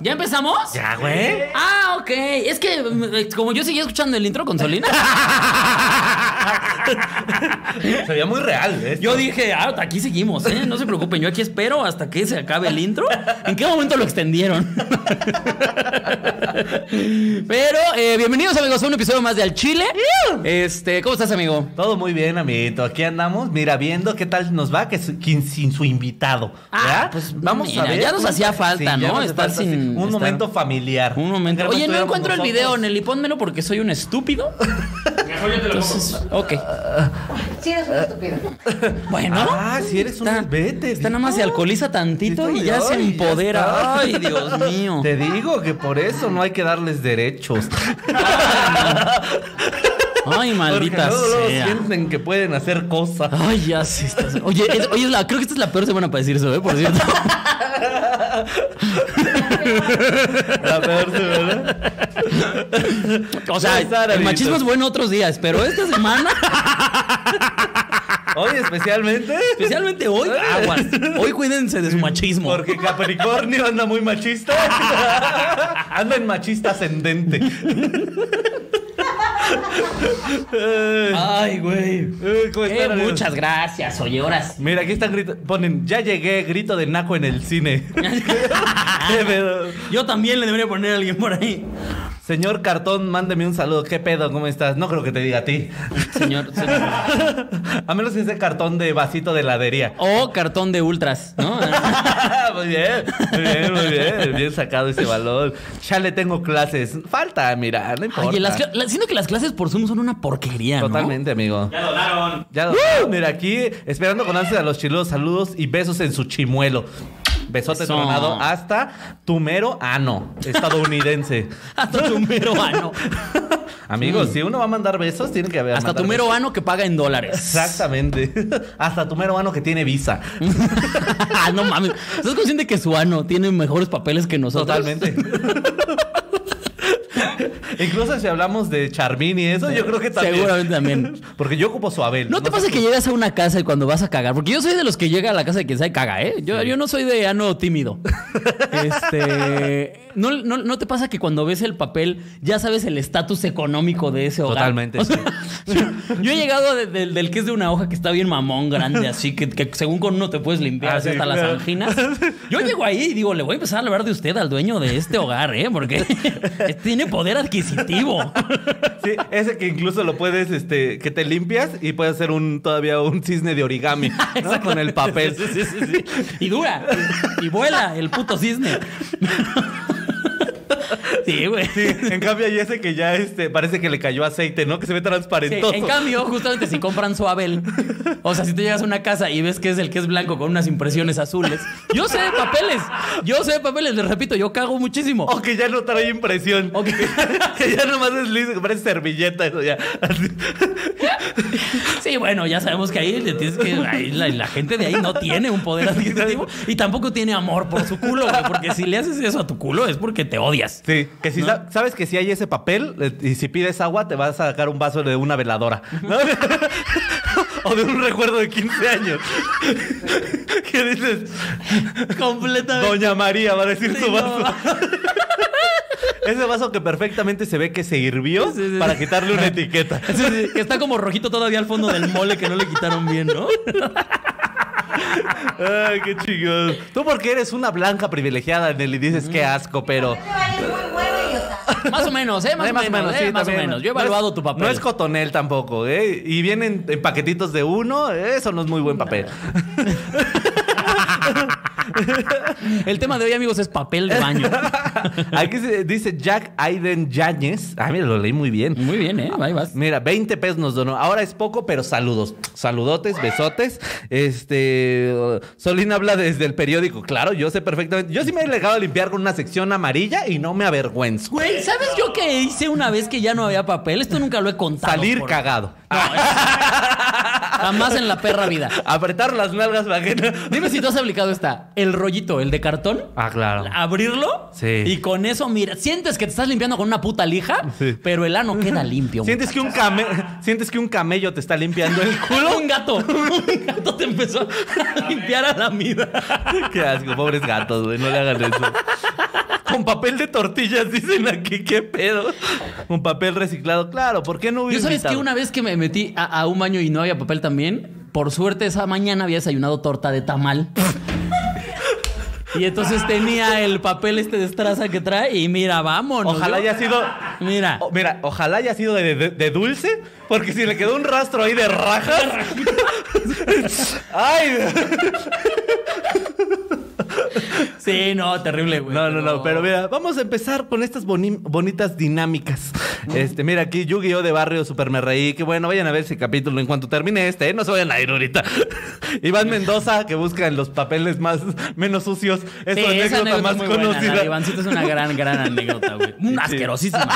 ¿Ya empezamos? Ya, güey. Ah, ok. Es que mm, como yo seguía escuchando el intro con Solina, Se veía muy real, ¿eh? yo dije, ah, aquí seguimos, ¿eh? No se preocupen, yo aquí espero hasta que se acabe el intro. ¿En qué momento lo extendieron? Pero eh, bienvenidos, amigos, a un episodio más de Al Chile. Este, ¿cómo estás, amigo? Todo muy bien, amiguito. Aquí andamos, mira, viendo qué tal nos va que su- quin- sin su invitado. Ah, ¿verdad? pues, mira, ya nos cómo- hacía falta, ya ¿no? nos hace Estar falta, sin- sí. Un estar- momento familiar. Un momento. Mientras Oye, no estuviéramos encuentro el nosotros. video, Nelly, pónmelo porque soy un estúpido. Mejor yo te lo pongo. Entonces, ok. Sí, eres un Eh. estúpido. Bueno. Ah, si eres un Está- vete. Está nada más se alcoholiza tantito y ya se Ay, ya empodera. está. Ay, Dios mío. Te digo que por eso no hay que darles derechos. Ay, maldita Porque luego, luego sea. sienten que pueden hacer cosas. Ay, ya sí estás. Oye, es- oye, es la- creo que esta es la peor semana para decir eso, ¿eh? Por cierto. La peor, ¿verdad? O sea, Ya está, el Davidito. machismo es bueno otros días, pero esta semana, Hoy especialmente. especialmente hoy, aguas. Hoy cuídense de su machismo. Porque Capricornio anda muy machista. anda en machista ascendente. Ay, güey. Eh, ¿cómo Eh, están, amigos? muchas gracias. Oye, horas. Mira, aquí están gritando. Ponen, ya llegué, grito de naco en el cine. ¿Qué pedo? Yo también le debería poner a alguien por ahí. Señor Cartón, mándeme un saludo. ¿Qué pedo? ¿Cómo estás? No creo que te diga a ti. Señor. señor. A menos que ese cartón de vasito de heladería. O cartón de ultras, ¿no? muy bien, muy bien, muy bien. Bien sacado ese valor. Ya le tengo clases. Falta, mira, no importa. Oye, las cla- la- siento que las clases por Zoom son una porquería, ¿no? Totalmente, amigo. Ya donaron. Ya lo- Mira, aquí esperando con ansias a los chiludos. Saludos y besos en su chimuelo. Besote Eso. tornado hasta tu mero ano estadounidense. Hasta Ah, tu mero ano. Amigos, Sí. si uno va a mandar besos, tiene que haber. Hasta tu mandar mero besos. ano que paga en dólares. Exactamente. Hasta tu mero ano que tiene visa. Ah, no mames. ¿Estás consciente que su ano tiene mejores papeles que nosotros? Totalmente. Incluso si hablamos de Charmín y eso, yo creo que también. Seguramente también. Porque yo ocupo su Abel. ¿No te pasa que llegas a una casa y cuando vas a cagar? Porque yo soy de los que llega a la casa de quien sabe caga, ¿eh? Yo, yo no soy de ano tímido. Este. ¿no, no, no te pasa que cuando ves el papel ya sabes el estatus económico de ese hogar? Totalmente, O sea, yo he llegado de- del- del que es de una hoja que está bien mamón, grande, así que, que según con uno te puedes limpiar Ah, así sí, hasta claro. las anginas. Yo llego ahí y digo, le voy a empezar a hablar de usted al dueño de este hogar, ¿eh? Porque tiene poder adquisitivo. Sí, ese que incluso lo puedes, este, que te limpias y puedes hacer un todavía un cisne de origami ¿no? con el papel. Sí, sí, sí, sí. Y dura. Y vuela el puto cisne. Sí, güey. Sí, en cambio hay ese que ya este, parece que le cayó aceite, ¿no? Que se ve Sí, transparentoso. en cambio, justamente si compran su Abel, o sea, si tú llegas a una casa y ves que es el que es blanco con unas impresiones azules, yo sé de papeles, yo sé de papeles, les repito, yo cago muchísimo. O que ya no trae impresión. Ok. que ya nomás es liso, que parece servilleta eso ya. Así. Sí, bueno, ya sabemos que ahí, le tienes que, ahí la, la gente de ahí no tiene un poder adquisitivo y tampoco tiene amor por su culo, güey, porque si le haces eso a tu culo es porque te odias. Sí, que si sa- sabes que si hay ese papel eh, y si pides agua te vas a sacar un vaso de una veladora, ¿no? o de un recuerdo de 15 años. ¿Qué dices? Completamente. Doña María va a decir Sí, su no. vaso. Ese vaso que perfectamente se ve que se hirvió Sí, sí, sí. para quitarle una etiqueta. Sí, sí, que está como rojito todavía al fondo del mole que no le quitaron bien, ¿no? Ay, qué chingón. Tú porque eres una blanca privilegiada, Nelly, dices qué asco, pero... Te vayas muy bueno y otra. Más o menos, ¿eh? Más, Eh, o menos, eh, sí, más o también. menos. Yo he No es- evaluado tu papel. No es cotonel tampoco, ¿eh? Y vienen en paquetitos de uno, eso no es muy buen papel. El tema de hoy, amigos, es papel de baño. Aquí se dice Jack Aiden Yáñez. Ah, mira, lo leí muy bien. Muy bien, ¿eh? Ahí vas. Mira, 20 pesos nos donó. Ahora es poco, pero saludos. Saludotes, besotes. Este. Solín habla desde el periódico. Claro, yo sé perfectamente. Yo sí me he legado a limpiar con una sección amarilla y no me avergüenzo. Güey, ¿sabes yo qué hice una vez que ya no había papel? Esto nunca lo he contado. Salir por- cagado. No, es- Jamás en la perra vida. Apretar las nalgas para que no- Dime si tú has aplicado esta. El rollito, el de cartón. Ah, claro. Abrirlo. Sí. Y con eso, mira, sientes que te estás limpiando con una puta lija, Sí. pero el ano queda limpio. ¿Sientes que, un came- ¿Sientes que un camello te está limpiando el culo? Un gato. Un gato te empezó a limpiar a la mida. Qué asco, pobres gatos, güey, no le hagan eso. Con papel de tortillas, dicen aquí, qué pedo. Con papel reciclado, claro, ¿por qué no hubiera Yo sabes que invitado? una vez que me metí a, a un baño y no había papel también, por suerte esa mañana había desayunado torta de tamal. Y entonces tenía el papel este de estraza que trae y mira, vámonos. Ojalá Oh. Yo- haya sido... Mira. o- mira, ojalá haya sido de, de- de dulce, porque si le quedó un rastro ahí de rajas... ¡Ay! Sí, no, terrible, güey. No, no, no, pero mira, vamos a empezar con estas boni- bonitas dinámicas. Este, mira aquí, Yu-Gi-Oh! de Barrio Super Me Reí, que bueno, vayan a ver ese capítulo en cuanto termine este, ¿eh? no se vayan a ir ahorita. Iván Mendoza, que busca en los papeles más, menos sucios, es Sí, su esa anécdota anécdota más es muy buena, conocida. la de Ivancito es una gran, gran anécdota, güey. Una Asquerosísima.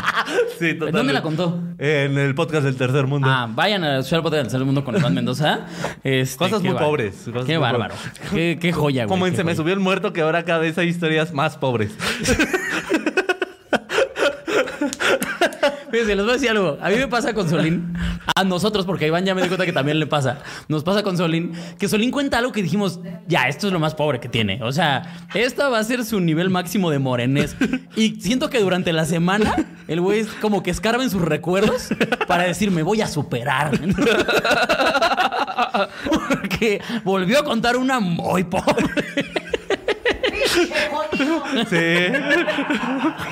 Sí, totalmente. ¿Dónde la contó? En el podcast del Tercer Mundo. Ah, vayan a escuchar el podcast del Tercer Mundo con Iván Mendoza. Este, Cosas qué muy bárbaro. pobres, cosas Qué muy bárbaro. Qué, qué joya, güey. Como en qué Se me joya. subió el muerto, que ahora cada vez hay historias más pobres. Fíjense, les voy a decir algo. A mí me pasa con Solín. A nosotros, porque a Iván ya me di cuenta que también le pasa. Nos pasa con Solín. Que Solín cuenta algo que dijimos, ya, esto es lo más pobre que tiene. O sea, esta va a ser su nivel máximo de morenés. Y siento que durante la semana, el güey es como que escarba en sus recuerdos para decir, me voy a superar. Porque volvió a contar una muy pobre. Pinche jodido.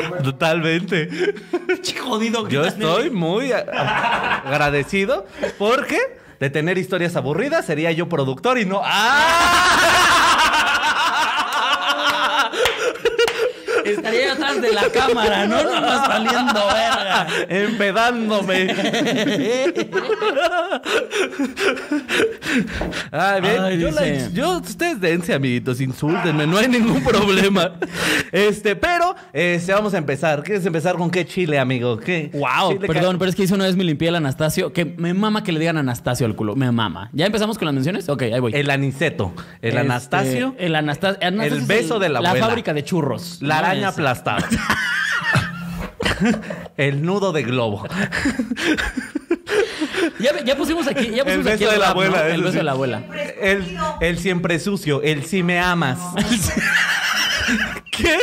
Sí. Totalmente. Pinche jodido. que Yo también- estoy muy a- a- agradecido porque de tener historias aburridas sería yo productor y no. ¡Ah! Estaría yo atrás de la cámara, ¿no? Nomás saliendo verga. Empedándome. Ay, ven, Ay, yo, la- dice- yo- ustedes dense, amiguitos, insúltenme, no hay ningún problema. Este, pero este, vamos a empezar. ¿Quieres empezar con qué chile, amigo? ¿Qué? Wow, chile perdón, pero es que hice una vez mi limpieza el Anastasio, que me mama que le digan Anastasio al culo, me mama. ¿Ya empezamos con las menciones? Ok, ahí voy. El aniceto, el Este, Anastasio, El Anastasio. el beso de la abuela. fábrica de churros. la ¿no? Es- araña aplastada, el nudo de globo, Ya, ya pusimos aquí. Ya el pusimos aquí beso de la rap, ¿no? abuela, El eso beso sí. de la abuela. el, el siempre sucio, el si me amas. ¿Qué?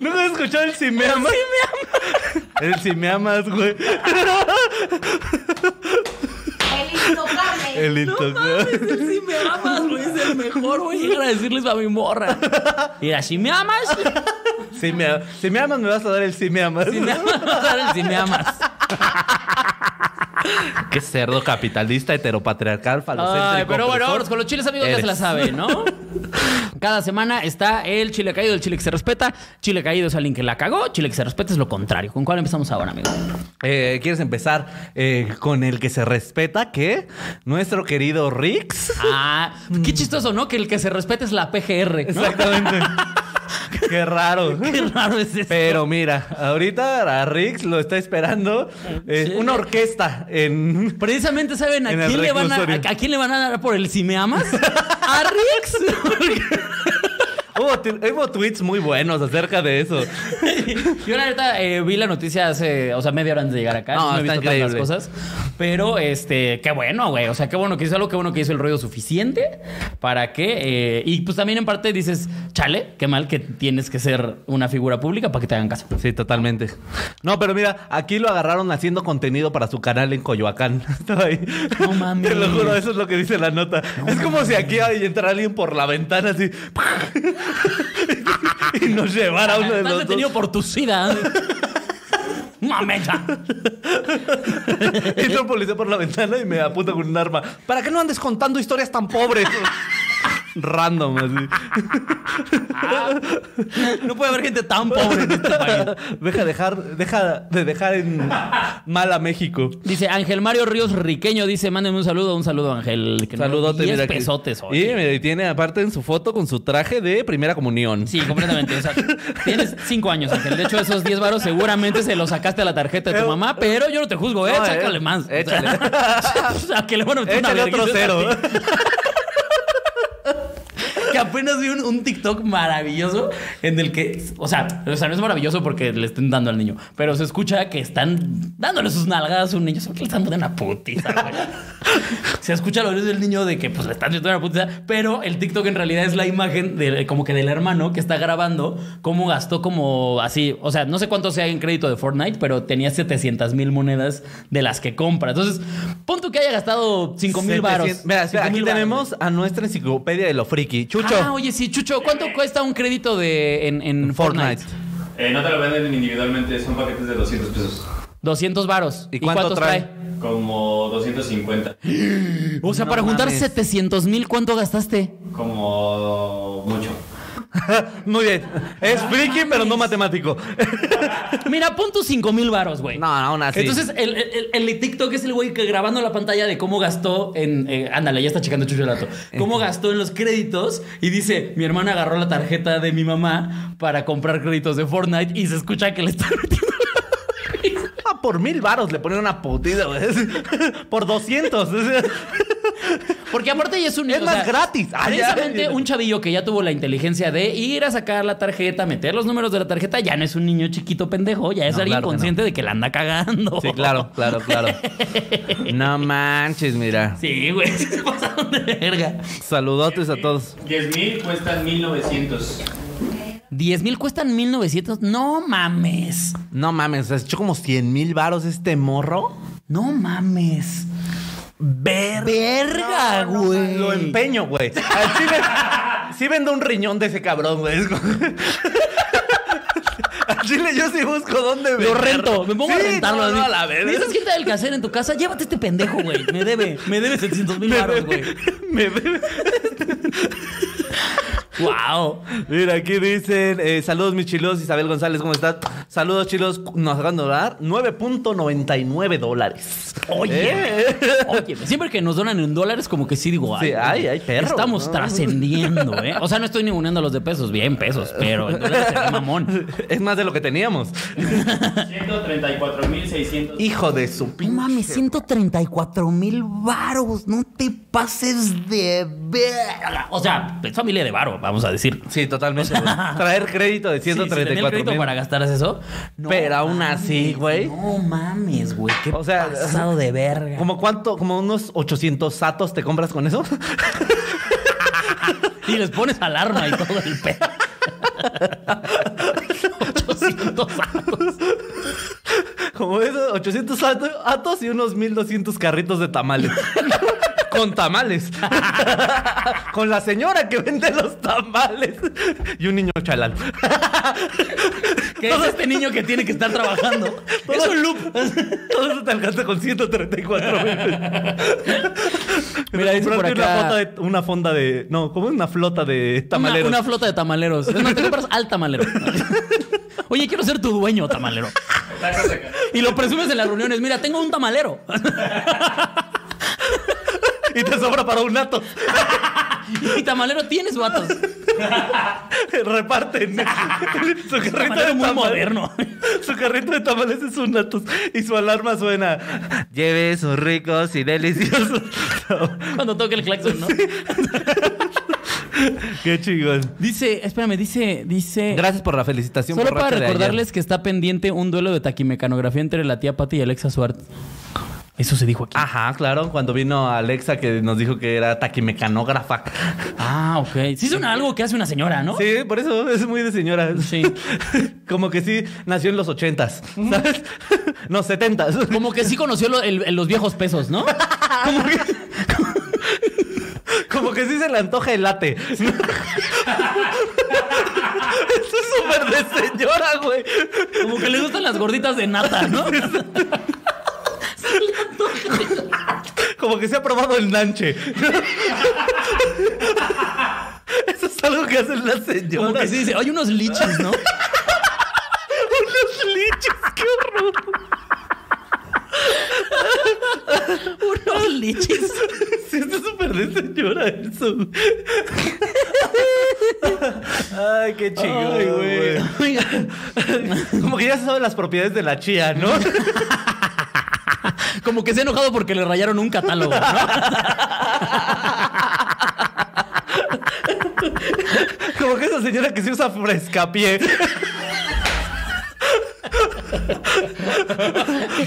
¿Nunca has escuchado el si me amas? El si me amas, güey. El intocable. El intocable. Si me amas, güey, es el mejor. Voy a llegar a decirles a mi morra. Mira, si me amas, Si me, si me amas, me vas a dar el si me amas. si me amas, vas a dar el si me amas. Qué cerdo capitalista, heteropatriarcal, falocéntrico. Ay, pero bueno, opresor. vámonos con los chiles, amigos, ya se Eres. la sabe, ¿no? Cada semana está el chile caído, el chile que se respeta. Chile caído es alguien que la cagó, chile que se respeta es lo contrario. ¿Con cuál empezamos ahora, amigo? Eh, ¿Quieres empezar eh, con el que se respeta, que nuestro querido Rix? Ah, qué chistoso, ¿no? Que el que se respeta es la PGR, ¿no? Exactamente. Qué raro. Qué raro es eso. Pero mira, ahorita a Rix lo está esperando eh, Sí. una orquesta en... Precisamente saben a En el quién, le van a, reclusorio. a quién le van a dar por el si me amas. A Rix. Hubo, tu- hubo tweets muy buenos acerca de eso. Yo la neta eh, vi la noticia hace, o sea, media hora antes de llegar acá. No, No, he está visto todas las increíble. cosas. Pero, este, qué bueno, güey. O sea, qué bueno que hizo algo, qué bueno que hizo el ruido suficiente para que... eh, y pues también en parte dices, chale, qué mal que tienes que ser una figura pública para que te hagan caso. Sí, totalmente. No, pero mira, aquí lo agarraron haciendo contenido para su canal en Coyoacán. Estaba ahí. No mames. Te lo juro, eso es lo que dice la nota. es como si aquí entrara alguien por la ventana así. y nos llevara uno de Estás los detenido dos. por tu sida. Mameta. Entra un policía por la ventana y me apunta con un arma. ¿Para qué no andes contando historias tan pobres? random. Así. No puede haber gente tan pobre en este país. Deja, dejar, deja de dejar en mal a México. Dice Ángel Mario Ríos Riqueño, dice, mándenme un saludo, un saludo Ángel. Que no- Saludote, diez mira. que- pesotes Y hoy. mira, y tiene aparte en su foto con su traje de primera comunión. Sí, completamente. O sea, tienes cinco años, Ángel. De hecho, esos 10 varos seguramente se los sacaste a la tarjeta de tu mamá, pero yo no te juzgo, ¿eh? Eh, No, eh, Sácale más. O sea, échale. o sea, que le van a meter una Échale otro vergüenza cero. a ti. Que apenas vi un, un TikTok maravilloso en el que, o sea, o sea, no es maravilloso porque le estén dando al niño, pero se escucha que están dándole sus nalgadas a un niño. ¿Por qué le están dando una putiza, güey? se escucha la voz del niño de que pues le están dando una putiza, pero el TikTok en realidad es la imagen de, como que del hermano que está grabando cómo gastó como así, o sea, no sé cuánto sea en crédito de Fortnite, pero tenía 700 mil monedas de las que compra. Entonces, pon tú que haya gastado 5 mil 700. baros. Mira, 5,000 espera, aquí varos. tenemos a nuestra enciclopedia de lo friki. Chucho. Ah, oye, sí, Chucho, ¿cuánto cuesta un crédito de en, en Fortnite? Fortnite. Eh, no te lo venden individualmente, son paquetes de 200 pesos. 200 varos. ¿Y cuánto cuántos trae? Como 250. O sea, No para juntar mames. 700 mil, ¿cuánto gastaste? Como mucho. Muy bien. Es friki, pero no matemático. Mira, pon tus 5 mil varos, güey. No, aún así. Entonces, el, el- el- el TikTok es el güey que grabando la pantalla de cómo gastó en. eh, ándale, ya está checando Chucho el dato. Cómo Eh. gastó en los créditos y dice: Mi hermana agarró la tarjeta de mi mamá para comprar créditos de Fortnite y se escucha que le están metiendo. Ah, por mil varos le ponen una putida, güey. Por 200. o sea, Porque aparte ya es un Es o más gratis. Ah, ya. precisamente un chavillo que ya tuvo la inteligencia de ir a sacar la tarjeta, meter los números de la tarjeta, ya no es un niño chiquito pendejo, ya es No, alguien claro que consciente de que la anda cagando. Sí, claro, claro, claro. No manches, mira. Sí, güey, sí se pasaron de verga. Saludotes a todos. 10.000 cuestan 1.900. 10 mil cuestan 1900. No mames. No mames, se echó como 100 mil varos este morro. No mames. Verga. Verga, güey. Lo empeño, güey. Al chile, sí vendo un riñón de ese cabrón, güey. Es como- Al chile yo sí busco dónde Lo vender. rento, me pongo a Sí, rentarlo. no, así. no, a la verga. ¿Necesitas gente del caser en tu casa? Llévate este pendejo, güey. Me debe, me debe 700 mil baros, güey. Me debe- Wow. Mira, aquí dicen, eh, saludos mis chilos, Isabel González, ¿cómo estás? Saludos chilos, nos acaban de donar 9.99 dólares. Oye. Eh. Oye, siempre que nos donan en dólares, como que sí digo, ay, Sí, ay, ay, perro, estamos ¿no? trascendiendo, ¿eh? O sea, no estoy ninguneando a los de pesos, bien pesos, pero en dólares se ve mamón. Es más de lo que teníamos. 134.600. Hijo de su No pinche. mames, 134 mil varos, no te pases de verga. O sea, es familia de varo, vamos a decir. Sí, totalmente. güey. Traer crédito de Sí, si tenía el 134 crédito mil. para gastar eso. no Pero aún así, mames, güey. No mames, güey, qué O sea, pasado de verga. ¿Como cuánto? ¿Como unos 800 satos te compras con eso? Y les pones alarma y todo el pedo. 800 varos. Como esos 800 sato- atos y unos 1200 carritos de tamales. Con tamales. Con la señora que vende los tamales. Y un niño chalán. Que es este niño que tiene que estar trabajando. es un loop. Todo eso te alcanza con 134 Mira, dice por Comprarte acá- Una, fonda de, una fonda de- No, como una flota de Una, tamaleros. una flota de tamaleros. Es más, te compras al tamalero. Oye, quiero ser tu dueño, tamalero. Tacos de canasta. Y lo presumes en las reuniones. Mira, tengo un tamalero. Y te sobra para un ato. Y tamalero tienes vatos. Reparten. su carrito Tamalero de muy tamales. moderno. Su carrito de tamales es un atos. Y su alarma suena. Lleve sus ricos y deliciosos. Cuando toque el claxon, ¿no? Qué chingón. Dice, espérame, dice, dice. Gracias por la felicitación. Solo borracha para de ayer. recordarles que está pendiente un duelo de taquimecanografía entre la tía Patti y Alexa Suárez. Eso se dijo aquí. Ajá, claro. Cuando vino Alexa que nos dijo que era taquimecanógrafa. Ah, ok. Sí suena algo que hace una señora, ¿no? Sí, por eso es muy de señora. Sí. Como que sí, nació en los ochentas, ¿sabes? no, setentas. Como que sí conoció lo- el- el- los viejos pesos, ¿no? Como que... Como que sí se le antoja el late. Eso es súper de señora, güey. Como que le gustan las gorditas de nata, ¿no? Como que se ha probado el nanche. algo que hacen las Como que señoras. sí dice, hay unos liches, ¿no? Unos liches, qué horror. unos liches. Sí, está súper de señora eso. Ay, qué chingón, Ay, güey. güey. Como que ya se sabe las propiedades de la chía, ¿no? Como que se ha enojado porque le rayaron un catálogo, ¿no? Como que esa señora que se usa frescapié.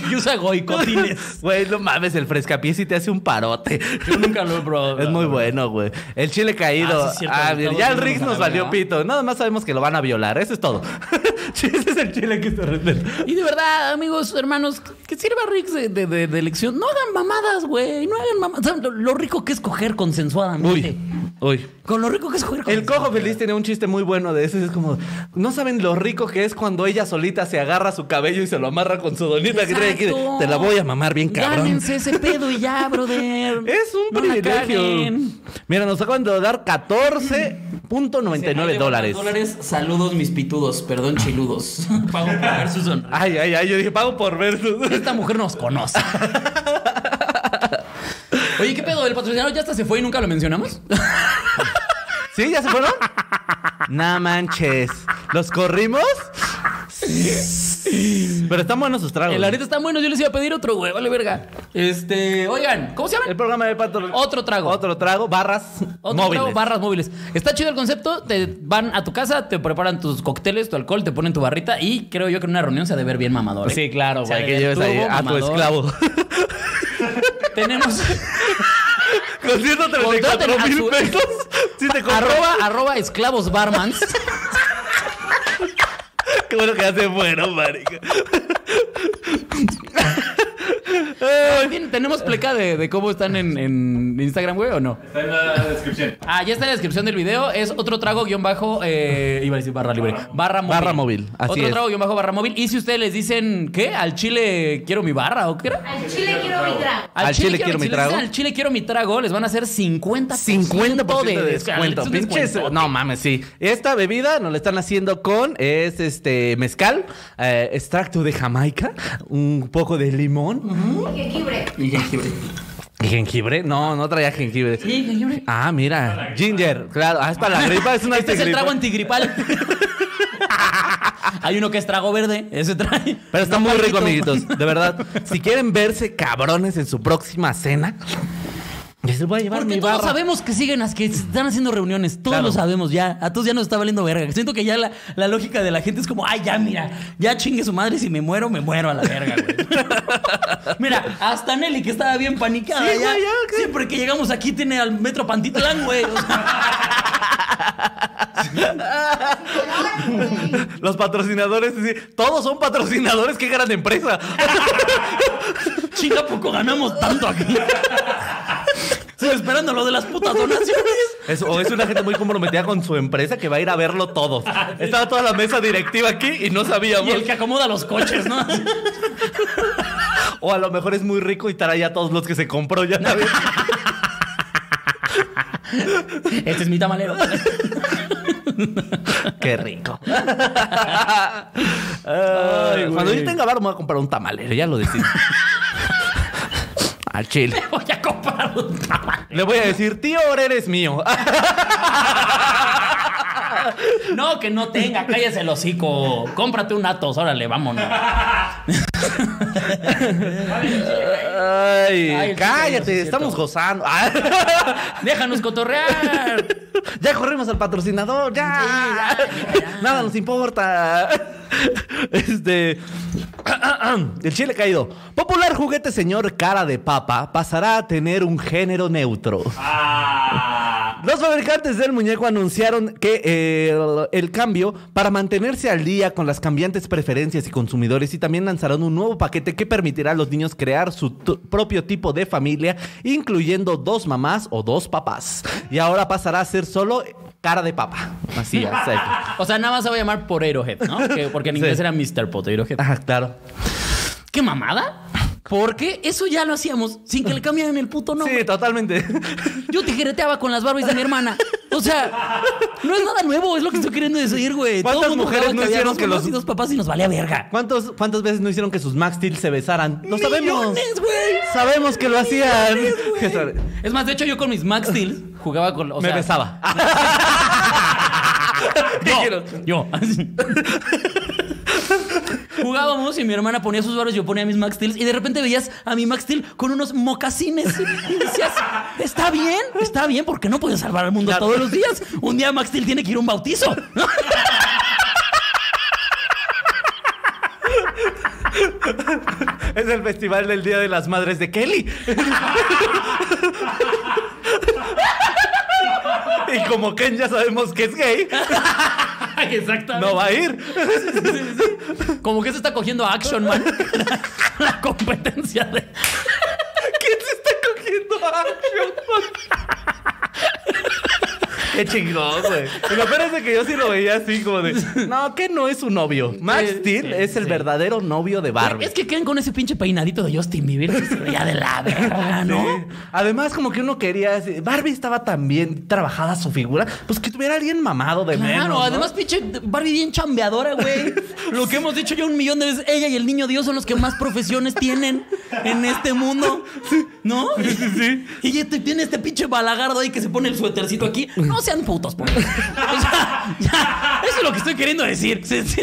Y usa goicotines. Güey, no mames, el frescapié sí te hace un parote. Yo nunca lo he probado. Es muy bueno, güey. El chile caído. Ah, sí es cierto, Ah, lo bien, estamos ya el viendo Rix con nos la valió verga. pito. Nada más sabemos que lo van a violar. Eso es todo. Ese es el chile que se revela. Y de verdad, amigos, hermanos, que sirva Rix de, de- de- de lección. No hagan mamadas, güey. No hagan mamadas. ¿Saben lo, lo rico que es coger consensuadamente? Uy, uy. Con lo rico que es coger El consensuadamente. cojo feliz tiene un chiste muy bueno de ese. Es como, no saben lo rico que es cuando ella solita se agarra su cabello y se lo amarra con su donita que trae aquí. de, Exacto. Te la voy a mamar bien, cabrón. Gánense ese pedo y ya, brother. Es un No la privilegio. caguen. Mira, nos acaban de dar Ahí 14.99 le van dólares. Ah. los dólares. Saludos, mis pitudos. Perdón, chiludos. Pago por ver su sonrisa. Ay, ay, ay. Yo dije, pago por ver. Esta mujer nos conoce. Oye, ¿qué pedo? ¿El patrocinador ya hasta se fue y nunca lo mencionamos? ¿Sí? ¿Ya se fueron? no manches. ¿Los corrimos? Pero están buenos sus tragos. El arete está bueno, yo les iba a pedir otro, güey, vale verga. Este, oigan, ¿cómo se llama? El programa de Pato. Otro trago. Otro trago. Barras Otro móviles. trago, barras móviles. Está chido el concepto, te van a tu casa, te preparan tus cócteles, tu alcohol, te ponen tu barrita y creo yo que en una reunión se ha de ver bien mamador. ¿eh? Sí, claro, Se ha de güey. Que ver lleves ahí turbo, a tu mamador. esclavo. Tenemos Con Contraten 134 a su- mil pesos. Sí, te compro. arroba, arroba esclavos barmans. Qué bueno que ya se fueron, marica. Ay, También ¿Tenemos pleca de, de cómo están en, en Instagram, güey, o no? Está en la descripción. Ah, ya está en la descripción del video. Es otro trago guión bajo. eh, iba a decir barra libre. Barra móvil. Barra móvil, así Otro es. trago guión bajo barra móvil. Y si ustedes les dicen, ¿qué? Al chile quiero mi barra o qué era? Al chile quiero mi trago. Al chile quiero mi si les dicen trago. Al chile quiero mi trago, les van a hacer 50, 50% de de descuento. Es un Pinches. descuentote. No mames, sí. Esta bebida nos la están haciendo con es este mezcal, eh, extracto de Jamaica, un poco de limón Y jengibre. Y jengibre. y jengibre. No, no traía jengibre. Sí, jengibre. Ah, mira, ginger, claro, ah, es para la gripa, es una Este es el antigripa. trago antigripal. Hay uno que es trago verde. Ese trae. Pero está muy rico, palquito. amiguitos, de verdad. Si quieren verse cabrones en su próxima cena, yo se voy a llevar Porque mi todos barra. sabemos que siguen, as- que están haciendo reuniones. Todos Claro. lo sabemos ya. A todos ya nos está valiendo verga. Siento que ya la, la lógica de la gente es como, ay, ya, mira, ya chingue su madre. Si me muero, me muero a la verga, güey. mira, hasta Nelly, que estaba bien paniqueada Sí, ya. güey, ya, que- Siempre que llegamos aquí tiene al metro Pantitlán, güey. O sea, Los patrocinadores, sí, todos son patrocinadores, qué gran empresa. chinga, poco ganamos tanto aquí. Estoy esperando lo de las putas donaciones. Es- o es una gente muy comprometida con su empresa que va a ir a verlo todos. Estaba toda la mesa directiva aquí Ah, y no Y sabíamos. el que acomoda los coches, ¿no? O a lo mejor es muy rico y trae a todos los que se compró ya. sabes. Este es mi tamalero. Qué rico. Ay, güey. cuando yo tenga bar me voy a comprar un tamalero, ya lo decidí. Al chile. Voy a comprar un tamal. Le voy a decir, tío, ahora eres mío. No, que no tenga, cállese el hocico. Cómprate un Atos, órale, vámonos. Ay, Ay, el chile, no, sí cállate, es estamos cierto. gozando. Ah. Déjanos cotorrear. Ya corrimos al patrocinador, ya. Nada nos importa. Este. El chile caído. Popular juguete señor cara de papa pasará a tener un género neutro. Ah. Los fabricantes del muñeco anunciaron que eh, el- el cambio para mantenerse al día con las cambiantes preferencias y consumidores y también lanzarán un nuevo paquete que permitirá a los niños crear su tu- propio tipo de familia, incluyendo dos mamás o dos papás. Y ahora pasará a ser solo cara de papa. Así, exacto. O sea, nada más se va a llamar Potato Head, ¿no? Que- porque en Sí. inglés era Mr. Potato Head. Ajá, claro. ¿Qué mamada? Porque eso ya lo hacíamos sin que le cambiaran el puto nombre. Sí, totalmente. Yo tijereteaba con las Barbies de mi hermana. O sea, no es nada nuevo, es lo que estoy queriendo decir, güey. Todo ¿Cuántas mundo mujeres jugaba no hicieron caviar, que dos los- mamás y dos papás y nos valía verga? ¿Cuántos, ¿Cuántas veces no hicieron que sus Max Steel se besaran? ¡No sabemos! Millones, güey. ¡Sabemos que lo hacían! Es más, de hecho, yo con mis Max Steel jugaba con. o Me sea, besaba. Yo. yo. Jugábamos y mi hermana ponía sus varos, yo ponía mis Max Steels y de repente veías a mi Max Steel con unos mocasines y decías, está bien, está bien, porque no puedes salvar al mundo Claro. todos los días. Un día Max Steel tiene que ir a un bautizo. Es el festival del Día de las Madres de Kelly. y como Ken ya sabemos que es gay, Exactamente. no va a ir. Como que se está cogiendo a Action Man. La, la competencia de. ¿Quién se está cogiendo a Qué chingón, güey. Y Lo peor es de que yo sí lo veía así, como de. No, que no es su novio. Max Sí, Steel sí, es el sí. verdadero novio de Barbie. Es que quedan con ese pinche peinadito de Justin Bieber que se veía de la verga, ¿no? Sí. Además, como que uno quería. así- Barbie estaba tan bien trabajada su figura, pues que tuviera alguien mamado de Claro, menos. ¿no? además, pinche Barbie bien chambeadora, güey. Lo que hemos dicho ya un millón de veces, ella y el niño Dios son los que más profesiones tienen en este mundo. ¿No? Sí, sí, sí. Y este- tiene este pinche balagardo ahí que se pone el suétercito aquí. No sean putos, por favor. O sea, ya, eso es lo que estoy queriendo decir. Sí, sí.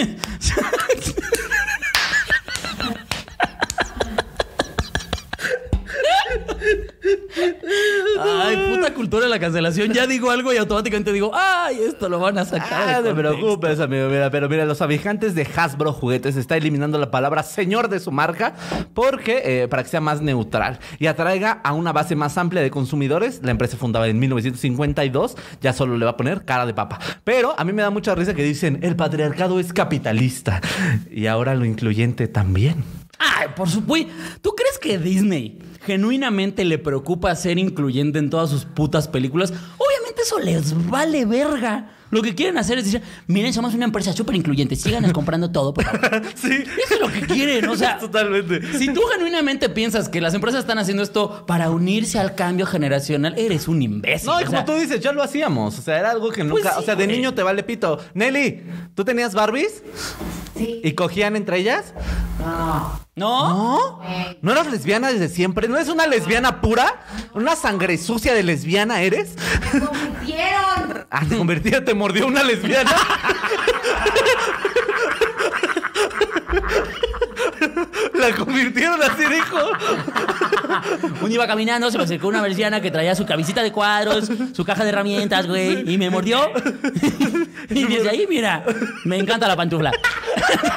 Ay, puta cultura de la cancelación. Ya digo algo y automáticamente digo, ay, esto lo van a sacar. Ah, de no te contexto". preocupes, amigo. Mira, pero mira, los fabricantes de Hasbro Juguetes está eliminando la palabra señor de su marca porque eh, para que sea más neutral y atraiga a una base más amplia de consumidores. La empresa fundada en 1952 ya solo le va a poner cara de papa. Pero a mí me da mucha risa que dicen el patriarcado es capitalista y ahora lo incluyente también. Ay, por supuesto. ¿Tú crees que Disney genuinamente le preocupa ser incluyente en todas sus putas películas? Obviamente eso les vale verga. Lo que quieren hacer es decir, miren, somos una empresa súper incluyente, síganos comprando todo, por favor. Sí, Eso es lo que quieren, o sea... Ah, totalmente. Si tú genuinamente piensas que las empresas están haciendo esto para unirse al cambio generacional, eres un imbécil. No, y o como sea, tú dices, ya lo hacíamos. O sea, era algo que nunca. Pues sí, o sea, de güey. niño te vale pito. Nelly, ¿tú tenías Barbies? Sí. ¿Y cogían entre ellas? No. ¿No? ¿No? Eh. ¿No eras lesbiana desde siempre? ¿No eres una lesbiana pura? ¿Una sangre sucia de lesbiana eres? Me convirtieron. Ah, te convertida, te mordió una lesbiana. La convirtieron así, dijo. Uno iba caminando, se me acercó una versiana que traía su camisita de cuadros, su caja de herramientas, güey, y me mordió. y desde ahí, mira, me encanta la pantufla.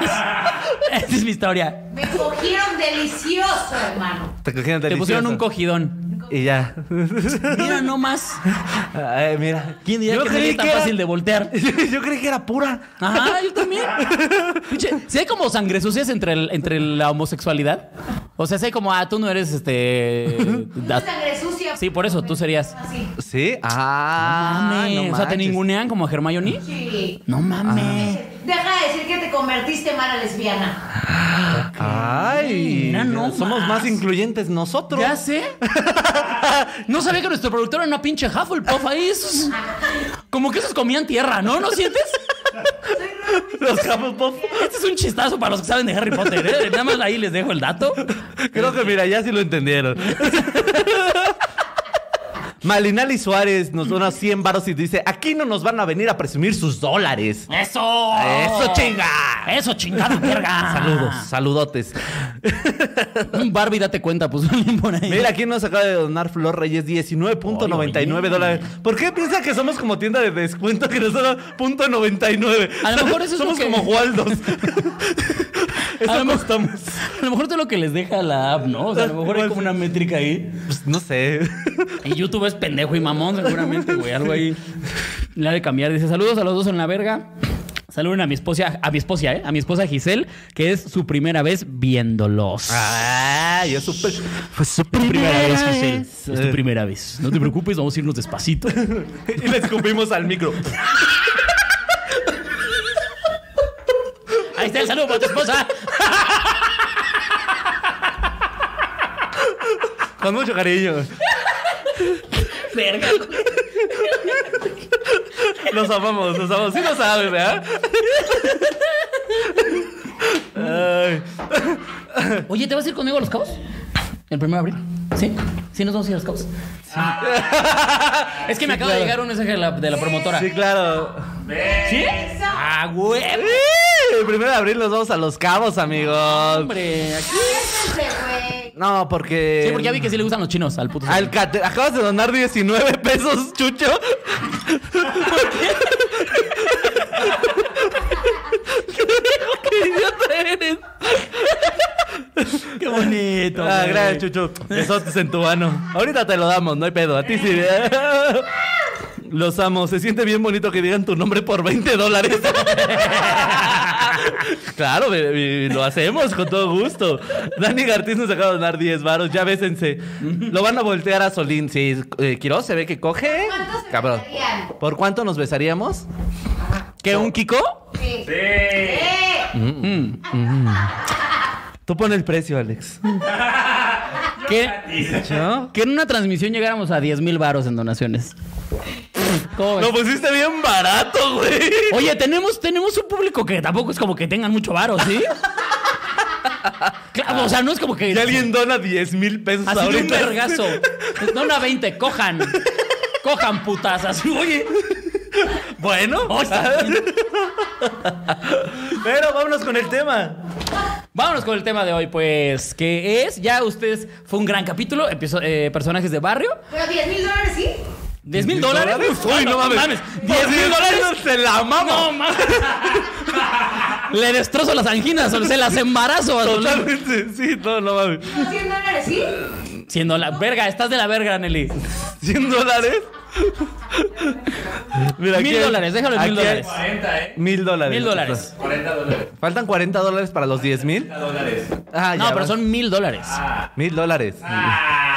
Esa es mi historia. Me cogieron delicioso, hermano. Te cogieron Te pusieron deliciosa. un cogidón. Y ya. Mira nomás. Ay, mira. ¿Quién diría que Nelly es tan era- fácil de voltear? Yo creí que era pura. Ajá, yo también. Pinche, si hay como sangre sucias entre, el- entre la homosexualidad. O sea, si hay como, ah, tú no eres este. Una da- sangre sucia. Sí, por eso, tú serías- Así. ¿Sí? Ah, Mames, no o sea, te manches. ningunean como a Hermione. Sí. No mames. Deja de decir que te convertiste en mala lesbiana. Ay, Mira nomás. somos más incluyentes nosotros. Ya sé. No sabía que nuestro productor era una pinche Hufflepuff ahí. esos- Como que esos comían tierra, ¿no? ¿No sientes? Los Hufflepuff. Este es un chistazo para los que saben de Harry Potter, ¿eh? Nada más ahí les dejo el dato. Creo que mira, ya sí lo entendieron. Malinali Suárez nos dona 100 varos y dice, aquí no nos van a venir a presumir sus dólares. ¡Eso! Oh. ¡Eso, chinga! ¡Eso, chingada verga! Saludos, saludotes. Un Barbie, date cuenta, pues alguien por ahí. Mira, aquí nos acaba de donar Flor Reyes 19.99 Oye. dólares. ¿Por qué piensa que somos como tienda de descuento que nos da .99? A lo mejor eso es lo Somos que- como Waldos. eso A lo mejor- costamos. A lo mejor esto es lo que les deja la app, ¿no? O sea, a lo mejor hay como una métrica ahí. Pues, no sé. Y YouTube es pendejo y mamón, seguramente, güey. Algo ahí. La de cambiar. Dice: Saludos a los dos en la verga. Saluden a mi esposa, a mi esposa, ¿eh? A mi esposa Giselle, que es su primera vez viéndolos. Ah, yo supe. Fue su Es Eh. tu primera vez. No te preocupes, vamos a irnos despacito. Y le escupimos al micro. Ahí está el saludo para tu esposa. Con mucho cariño. Verga. Los amamos, los amamos. Sí lo sabes, ¿verdad? Ay. Oye, ¿te vas a ir conmigo a los cabos? El 1 de abril. ¿Sí? ¿Sí nos vamos a ir a los cabos? es que me acaba Ah. Sí, claro. de llegar un mensaje de la, de la promotora. Sí, claro. ¿Sí? Eso. ¡Ah, huevo! Sí, El primero de abril los vamos a los cabos, amigos. Hombre, aquí- Cállense, güey. No, porque. Sí, porque ya vi que sí le gustan los chinos al puto. Al cate- Acabas de donar 19 pesos, Chucho. ¡Qué idiota eres! ¡Qué bonito! Ah, güey. gracias, Chucho. Besotes en tu mano. Ahorita te lo damos, no hay pedo. A ti sí. ¿eh? Los amo. Se siente bien bonito que digan tu nombre por 20 dólares. claro, be- be- lo hacemos con todo gusto. Dani Gartiz nos acaba de donar 10 varos. Ya bésense. Lo van a voltear a Solín. Sí, eh, Quiroz se ve que coge. ¿Cuántos se Cabrón. besarían? ¿Por cuánto nos besaríamos? ¿Qué, un Kiko? Sí. Eh, Sí. Sí. Tú pon el precio, Alex. Que, ¿No? que en una transmisión llegáramos a 10 mil varos en donaciones. ¿Cómo ves? Lo pusiste bien barato, güey. Oye, tenemos, tenemos un público que tampoco es como que tengan mucho varo, ¿sí? Claro, o sea, no es como que. Y alguien dona 10 mil pesos Así de un ahorita. vergazo. No una 20, cojan. Cojan putas. Así, oye. Bueno, Oh, está bien. pero vámonos con el tema. Vámonos con el tema de hoy, pues, que es, ya ustedes, fue un gran capítulo, episo- eh, personajes de barrio. Pero 10 mil dólares, ¿sí? ¿10 mil dólares? Uy, no mames. ¿10 mil dólares? se la No amamos. mames. Le destrozo las anginas, o se las embarazo. a Solín. Totalmente, sí, no, no mames. 100 dólares, ¿sí? Siendo la verga, estás de la verga, Nelly. 100 dólares. Mira, Mil aquí- dólares, déjalo en mil aquí hay- dólares. 40, ¿eh? Mil dólares. Mil dólares. 40 dólares. Faltan 40 dólares para los 10 mil. 40 dólares. Ah, No, ya pero va. son mil dólares. Mil dólares. Ah.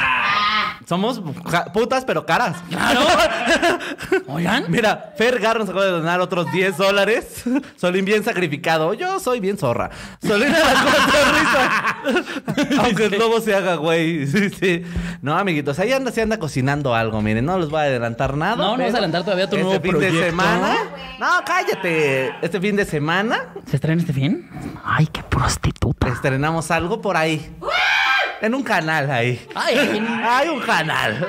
Somos ja- putas, pero caras. Claro. Oigan. Mira, Fer Garro nos acaba de donar otros 10 dólares. Solín bien sacrificado. Yo soy bien zorra. Solín a las cuatro risas. Aunque el lobo se haga, güey. Sí, sí. No, amiguitos, ahí anda, se anda cocinando algo, miren. No les voy a adelantar nada. No, no pero vas a adelantar todavía tu este nuevo fin proyecto. de semana. No, cállate. Este fin de semana ¿Se estrena este fin? Ay, qué prostituta. estrenamos algo por ahí. En un canal ahí. Ay, Hay un canal.